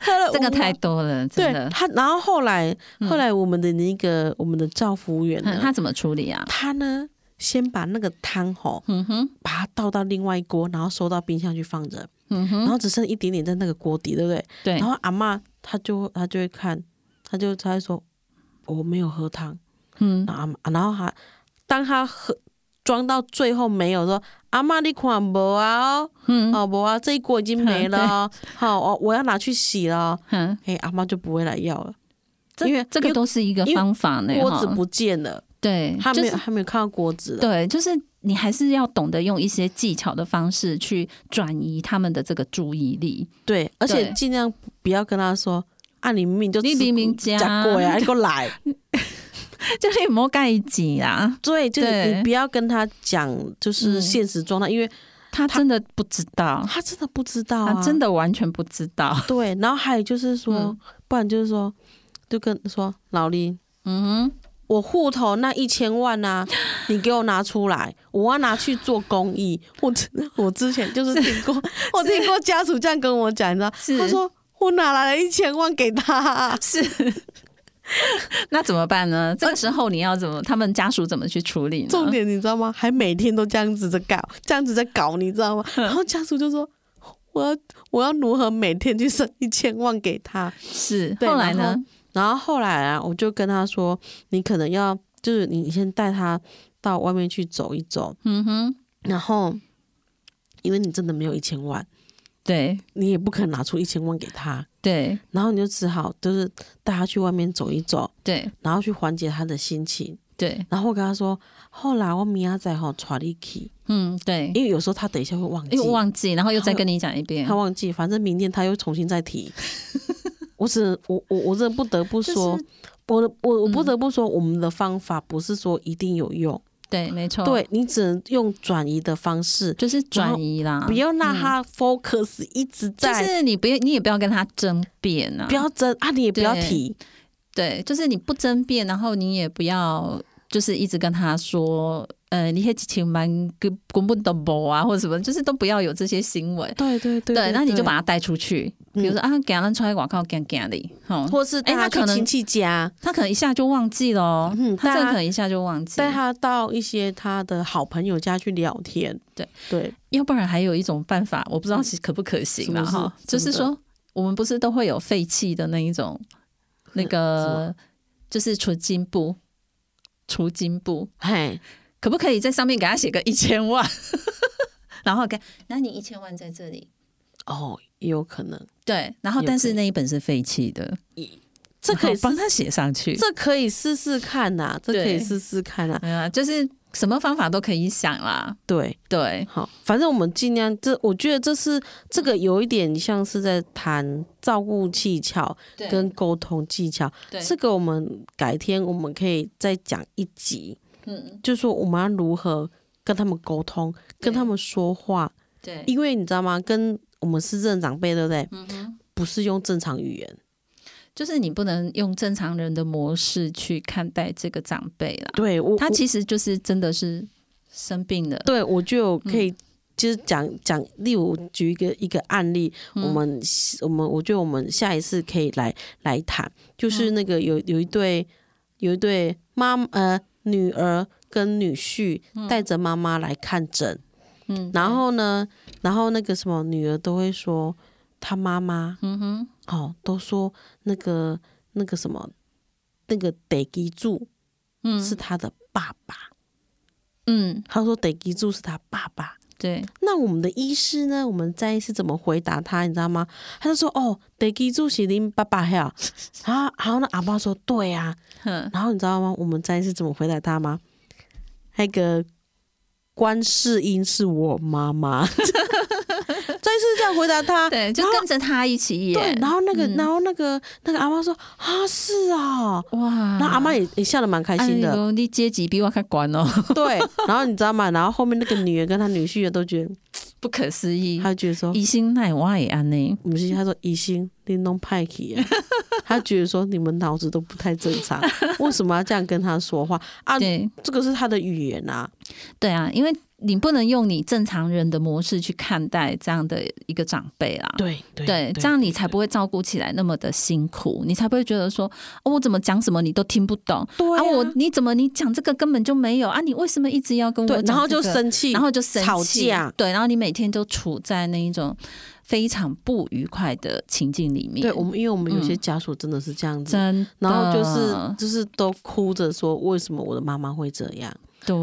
Speaker 2: 喝了五
Speaker 1: <laughs> 这个
Speaker 2: 碗
Speaker 1: 太多 <laughs> 了，真
Speaker 2: 对
Speaker 1: 的。
Speaker 2: 他，然后后来后来我们的那个我们的照服务员
Speaker 1: 嗯
Speaker 2: 呢，
Speaker 1: 他怎么处理啊？
Speaker 2: 他呢先把那个汤吼，
Speaker 1: 嗯哼，
Speaker 2: 把它倒到另外一锅，然后收到冰箱去放着，
Speaker 1: 嗯
Speaker 2: 然
Speaker 1: 哼，
Speaker 2: 后只剩一点点在那个锅底，对不对？
Speaker 1: 对
Speaker 2: 然，后阿嬷她就她就会看，她就她会说我没有喝汤，
Speaker 1: 嗯，
Speaker 2: 然后阿嬷然后她当她喝装到最后没有说阿嬷你看无啊哦，
Speaker 1: 嗯
Speaker 2: 哦无啊这一锅已经没了
Speaker 1: <laughs>
Speaker 2: 哦，好我我要拿去洗了哦，
Speaker 1: 嗯，
Speaker 2: 哎阿嬷就不会来要了，
Speaker 1: 这
Speaker 2: 因为
Speaker 1: 这个都是一个
Speaker 2: 因为
Speaker 1: 方法呢，
Speaker 2: 锅子
Speaker 1: 哈
Speaker 2: 不见了，
Speaker 1: 对，
Speaker 2: 她
Speaker 1: 就
Speaker 2: 没有
Speaker 1: 是
Speaker 2: 她没有看到锅子了，
Speaker 1: 对，就是你还是要懂得用一些技巧的方式去转移他们的这个注意 <laughs> 力。
Speaker 2: 对，而且
Speaker 1: 对
Speaker 2: 尽量不要跟她说啊你明明就
Speaker 1: 你
Speaker 2: 吃
Speaker 1: 明明
Speaker 2: 吃
Speaker 1: 加
Speaker 2: 过
Speaker 1: <laughs>
Speaker 2: 呀，你给我来。
Speaker 1: 就你莫盖紧啊，
Speaker 2: 对，就是
Speaker 1: 对
Speaker 2: 你不要跟他讲，就是
Speaker 1: 嗯
Speaker 2: 现实状态，因为
Speaker 1: 他真的不知道，
Speaker 2: 他真的不知道啊，
Speaker 1: 他真的完全不知道。
Speaker 2: 对。然后还有就是说，
Speaker 1: 嗯
Speaker 2: 不然就是说，就跟说老李，
Speaker 1: 嗯哼，
Speaker 2: 我户头那一千万啊，你给我拿出来，我要拿去做公益。我之我之前就是听过，我听过家属这样跟我讲，你知道，
Speaker 1: 是
Speaker 2: 他说我哪来了一千万给他 <laughs> 啊、
Speaker 1: 是。那怎么办呢？这个时候你要怎么？他们家属怎么去处理呢？
Speaker 2: 呃重点你知道吗？还每天都这样子在搞，这样子在搞，你知道 <laughs> 吗？然后家属就说：“我要我要如何每天去省一千万给他
Speaker 1: 是？”
Speaker 2: 对
Speaker 1: 后来？呢
Speaker 2: 然？然后后来啊，我就跟他说：“你可能要就是你先带他到外面去走一走，
Speaker 1: 嗯哼，
Speaker 2: 然后因为你真的没有一千万，
Speaker 1: 对
Speaker 2: 你也不可能拿出一千万给他，
Speaker 1: 对
Speaker 2: 然后你就只好就是带他去外面走一走，
Speaker 1: 对
Speaker 2: 然后去缓解他的心情。
Speaker 1: 对，
Speaker 2: 然后我跟他说：后来我明仔载吼带你去。”
Speaker 1: 嗯对，
Speaker 2: 因为有时候他等一下会忘记，
Speaker 1: 又忘记，然后又再跟你讲一遍
Speaker 2: 他。忘记，反正明天他又重新再提。 <laughs> 我只能我我我真的不得不说，
Speaker 1: 就是嗯
Speaker 2: 我的我我不得不说，我们的方法不是说一定有用，
Speaker 1: 对，没错，，
Speaker 2: 对你只能用转移的方式，
Speaker 1: 就是转移啦，
Speaker 2: 不要让他 focus 一直
Speaker 1: 啊嗯就
Speaker 2: 在，
Speaker 1: 是你不要，你也不要跟他争辩啊，
Speaker 2: 不要争啊，你也不要提，
Speaker 1: 对，就是你不争辩，然后你也不要就是一直跟他说，呃，你黑几千万根根本都无啊，或者什么，就是都不要有这些行为。
Speaker 2: 对对对嗯
Speaker 1: 对，那你就把他带出去，比如说、啊，给他扔出来广告，干干的，哦，
Speaker 2: 或是带
Speaker 1: 哎他
Speaker 2: 他去
Speaker 1: 可能
Speaker 2: 亲戚家，
Speaker 1: 他可能一下就忘记了哦，
Speaker 2: 嗯
Speaker 1: 他这
Speaker 2: 带
Speaker 1: 个
Speaker 2: 他
Speaker 1: 可能一下就忘记
Speaker 2: 带。他到一些他的好朋友家去聊天，
Speaker 1: 对
Speaker 2: 对
Speaker 1: 要不然还有一种办法，我不知道是可不可行啦
Speaker 2: 什么
Speaker 1: 哈，
Speaker 2: 事
Speaker 1: 就是
Speaker 2: 真的
Speaker 1: 说我们不是都会有废弃的那
Speaker 2: <laughs>
Speaker 1: 一种，那个就是除菌布，除菌布，
Speaker 2: 嘿，
Speaker 1: 可不可以在上面给他写个一千万？ <laughs> 然后给，那你一千万在这里，
Speaker 2: 哦，也有可能，
Speaker 1: 对，然后
Speaker 2: 也
Speaker 1: 但是
Speaker 2: 可以
Speaker 1: 那一本是废弃的，
Speaker 2: 这可
Speaker 1: 然
Speaker 2: 以
Speaker 1: 后帮他写上去。
Speaker 2: 这可以试试看呐、这可以
Speaker 1: 对
Speaker 2: 试试看呐、
Speaker 1: <laughs> 对啊，就是什么方法都可以想啦。
Speaker 2: 对，
Speaker 1: 对，
Speaker 2: 好，反正我们尽量这，我觉得这是这个有一点像是在谈照顾技巧
Speaker 1: 对
Speaker 2: 跟沟通技巧，
Speaker 1: 对
Speaker 2: 这个我们改天我们可以再讲一集，
Speaker 1: 嗯，
Speaker 2: 就说我们要如何跟他们沟通，跟他们说话，
Speaker 1: 对，
Speaker 2: 因为你知道吗？跟我们是正长辈，对不对？
Speaker 1: 嗯哼，
Speaker 2: 不是用正常语言，
Speaker 1: 就是你不能用正常人的模式去看待这个长辈啦。
Speaker 2: 对我
Speaker 1: 他
Speaker 2: 我
Speaker 1: 其实就是真的是生病了。
Speaker 2: 对，我就可
Speaker 1: 嗯
Speaker 2: 以就是讲讲，例如举一个一个案例，
Speaker 1: 嗯
Speaker 2: 我们我们我觉得我们下一次可以来来谈，
Speaker 1: 嗯
Speaker 2: 就是那个有有一对有一对妈呃女儿跟女婿带着妈妈来看诊，
Speaker 1: 嗯，
Speaker 2: 然后呢，然后那个什么女儿都会说她妈妈
Speaker 1: 嗯哼，
Speaker 2: 哦，都说那个那个什么那个得记住
Speaker 1: 嗯
Speaker 2: 是她的爸爸，
Speaker 1: 嗯，
Speaker 2: 她说得记住是她爸爸。
Speaker 1: 对，
Speaker 2: 那我们的医师呢？我们在医师怎么回答他？你知道吗？他就说：“哦，得记住是林爸爸
Speaker 1: <laughs>
Speaker 2: 呀。”然后，然后那阿爸说：“对啊呀、
Speaker 1: 哼，
Speaker 2: 然后你知道吗？我们在医师怎么回答他吗？那个观世音是我妈妈，
Speaker 1: <laughs>
Speaker 2: 这一次这样回答他，
Speaker 1: 对，就
Speaker 2: 然后
Speaker 1: 跟着他一起
Speaker 2: 对，
Speaker 1: 演。
Speaker 2: 然后那个，
Speaker 1: 嗯
Speaker 2: 然后那个那个阿妈说啊，是啊，
Speaker 1: 哇，哎
Speaker 2: 然后阿妈也也笑得蛮开心的，
Speaker 1: 你阶级比我还高哦， <laughs>
Speaker 2: 对，然后你知道吗？然后后面那个女儿跟她女婿也都觉得，
Speaker 1: 不可思议。
Speaker 2: 他觉得说，
Speaker 1: 疑心奈我也安呢，
Speaker 2: 不是，他说疑心叮咚派去啊， <laughs> 他觉得说你们脑子都不太正
Speaker 1: <laughs>
Speaker 2: 常，为什么要这样跟他说话啊？
Speaker 1: 对
Speaker 2: 这个是他的语言啊，
Speaker 1: 对啊，因为你不能用你正常人的模式去看待这样的一个长辈啦。
Speaker 2: 对对
Speaker 1: 对，这样你才不会照顾起来那么的辛苦，你才不会觉得说，哦，我怎么讲什么你都听不懂，
Speaker 2: 对
Speaker 1: 啊，
Speaker 2: 啊
Speaker 1: 我你怎么你讲这个根本就没有啊，你为什么一直要跟我
Speaker 2: 对
Speaker 1: 讲，
Speaker 2: 然后
Speaker 1: 这
Speaker 2: 就
Speaker 1: 个
Speaker 2: 生气，
Speaker 1: 然后就生气
Speaker 2: 吵架。
Speaker 1: 对，然后你每天都处在那一种非常不愉快的情境里面，
Speaker 2: 对我们，因为我们有些
Speaker 1: 嗯
Speaker 2: 家属真的是这样子，
Speaker 1: 真的，
Speaker 2: 然后就是就是都哭着说，为什么我的妈妈会这样？
Speaker 1: 对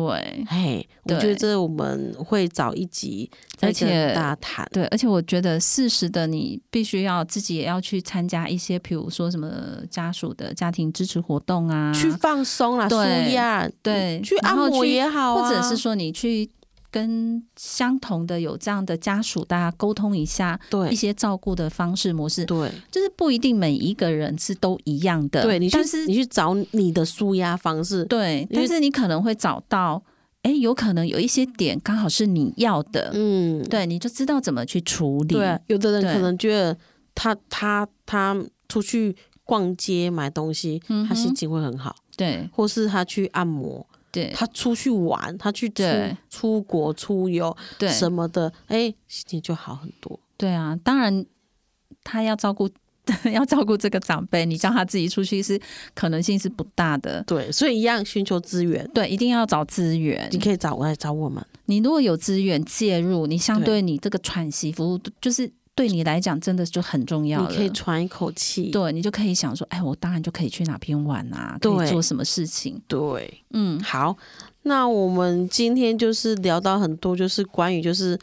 Speaker 2: 嘿，我
Speaker 1: 对
Speaker 2: 觉得这我们会找一集再
Speaker 1: 而且
Speaker 2: 跟大谈。
Speaker 1: 对，而且我觉得适时的你必须要自己也要去参加一些，比如说什么家属的家庭支持活动啊，
Speaker 2: 去放松啦，舒
Speaker 1: 对
Speaker 2: 压，
Speaker 1: 对
Speaker 2: 去
Speaker 1: 然
Speaker 2: 按
Speaker 1: 后
Speaker 2: 摩
Speaker 1: 去
Speaker 2: 也好、啊，
Speaker 1: 或者是说你去跟相同的有这样的家属，大家沟通一下
Speaker 2: 对
Speaker 1: 一些照顾的方式模式，
Speaker 2: 对
Speaker 1: 就是不一定每一个人是都一样的。
Speaker 2: 对，你去
Speaker 1: 但是
Speaker 2: 你去找你的舒压方式，
Speaker 1: 对，
Speaker 2: 因为
Speaker 1: 但是你可能会找到，哎，有可能有一些点刚好是你要的，
Speaker 2: 嗯，
Speaker 1: 对，你就知道怎么去处理。
Speaker 2: 对，有的人
Speaker 1: 对
Speaker 2: 可能觉得他他他出去逛街买东西，
Speaker 1: 嗯哼
Speaker 2: 他心情会很好，
Speaker 1: 对
Speaker 2: 或是他去按摩，
Speaker 1: 对
Speaker 2: 他出去玩，他去出
Speaker 1: 对
Speaker 2: 出国出游
Speaker 1: 对
Speaker 2: 什么的，哎，心情就好很多。
Speaker 1: 对啊，当然他要照顾。 <laughs> 要照顾这个长辈，你叫他自己出去是可能性是不大的。
Speaker 2: 对，所以一样寻求资源，
Speaker 1: 对，一定要找资源。
Speaker 2: 你可以找来找我们，
Speaker 1: 你如果有资源介入，你相
Speaker 2: 对
Speaker 1: 对你这个喘息服务，就是对你来讲真的就很重要
Speaker 2: 你
Speaker 1: 了。
Speaker 2: 可以喘一口气。
Speaker 1: 对你就可以想说，哎，我当然就可以去哪边玩啊，可
Speaker 2: 对
Speaker 1: 以做什么事情。
Speaker 2: 对。
Speaker 1: 嗯，
Speaker 2: 好，那我们今天就是聊到很多，就是关于就是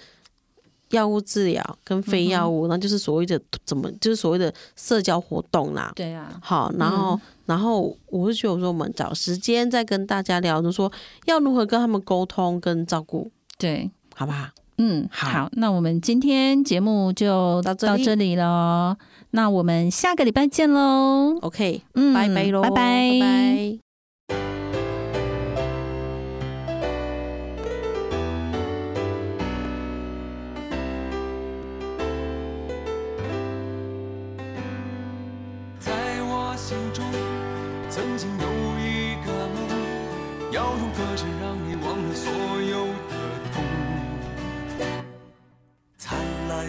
Speaker 2: 药物治疗跟
Speaker 1: 嗯
Speaker 2: 非药物，那就是所谓的怎么，就是所谓的社交活动啦。
Speaker 1: 对啊，
Speaker 2: 好，然后、然后我是觉得说，我们找时间再跟大家聊，就说要如何跟他们沟通跟照顾，
Speaker 1: 对，
Speaker 2: 好不好？
Speaker 1: 嗯，
Speaker 2: 好
Speaker 1: 好，那我们今天节目就
Speaker 2: 到这
Speaker 1: 到
Speaker 2: 里
Speaker 1: 这里喽，那我们下个礼拜见喽，
Speaker 2: OK，、
Speaker 1: 嗯，
Speaker 2: 拜拜喽，
Speaker 1: 拜
Speaker 2: 拜拜。
Speaker 4: 在我心中，曾经有一个梦，要用歌声让你忘了所有的痛。灿烂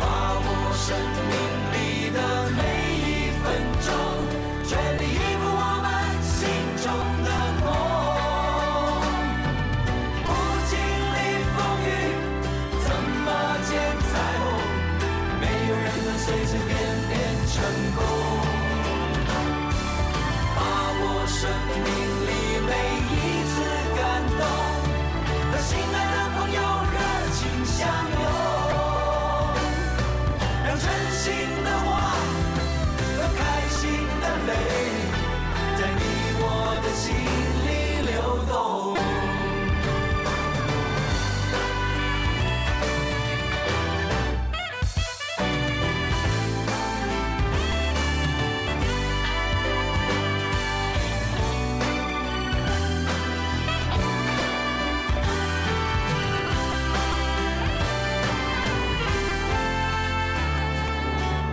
Speaker 4: 把握生命里的每一分钟，全力以赴我们心中的梦。不经历风雨，怎么见彩虹？没有人能随随便便成功。把握生命里每一次感动，和心爱的朋友热情相拥，让真心的话和开心的泪，在你我的心里流动。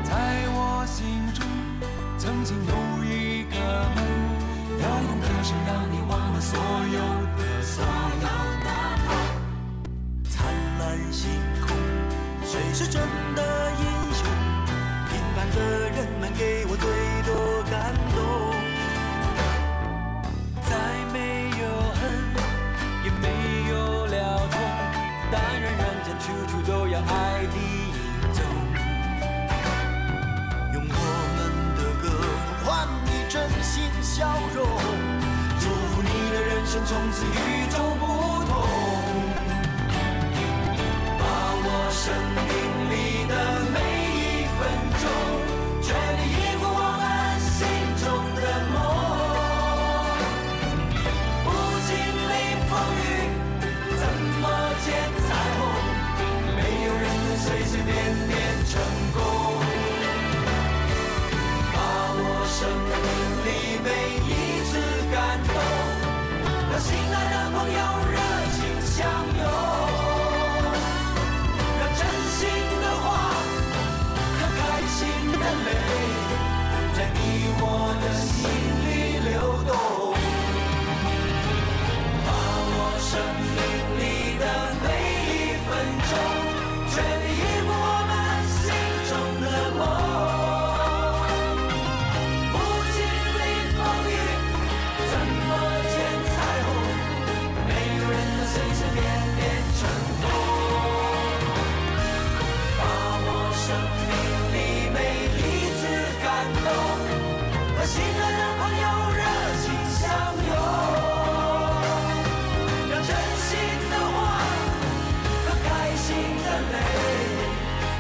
Speaker 4: 在我心中，曾经有一个梦，要用歌声让你忘了所有的所有的灿烂星空，谁是真的英雄？平凡的人们给我最多感动。再没有恨，也没有了痛，心笑容，祝福你的人生从此与众不同，把握生命里的每一分钟，全力以赴我们心中的梦。不经历风雨，怎么见彩虹？没有人能随随便便成功。把握生命里每一次感动，和心爱的朋友热情相拥，让真心的话和开心的泪，在你我的心里流动。把握生命里的每一分钟，全力以赴我们心中的梦。不经历风雨，怎么见彩虹？没有人能随随便便成功。把握生命里每一次感动，和心爱的朋友热情相拥，让真心的话和开心的泪，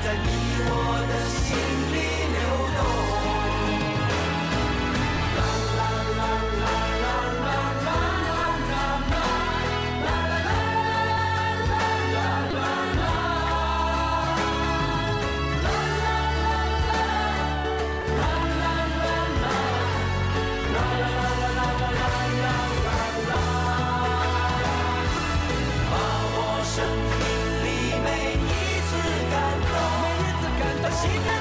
Speaker 4: 在你我的心里流动。把握生命里每一次感动，每一次感动，心爱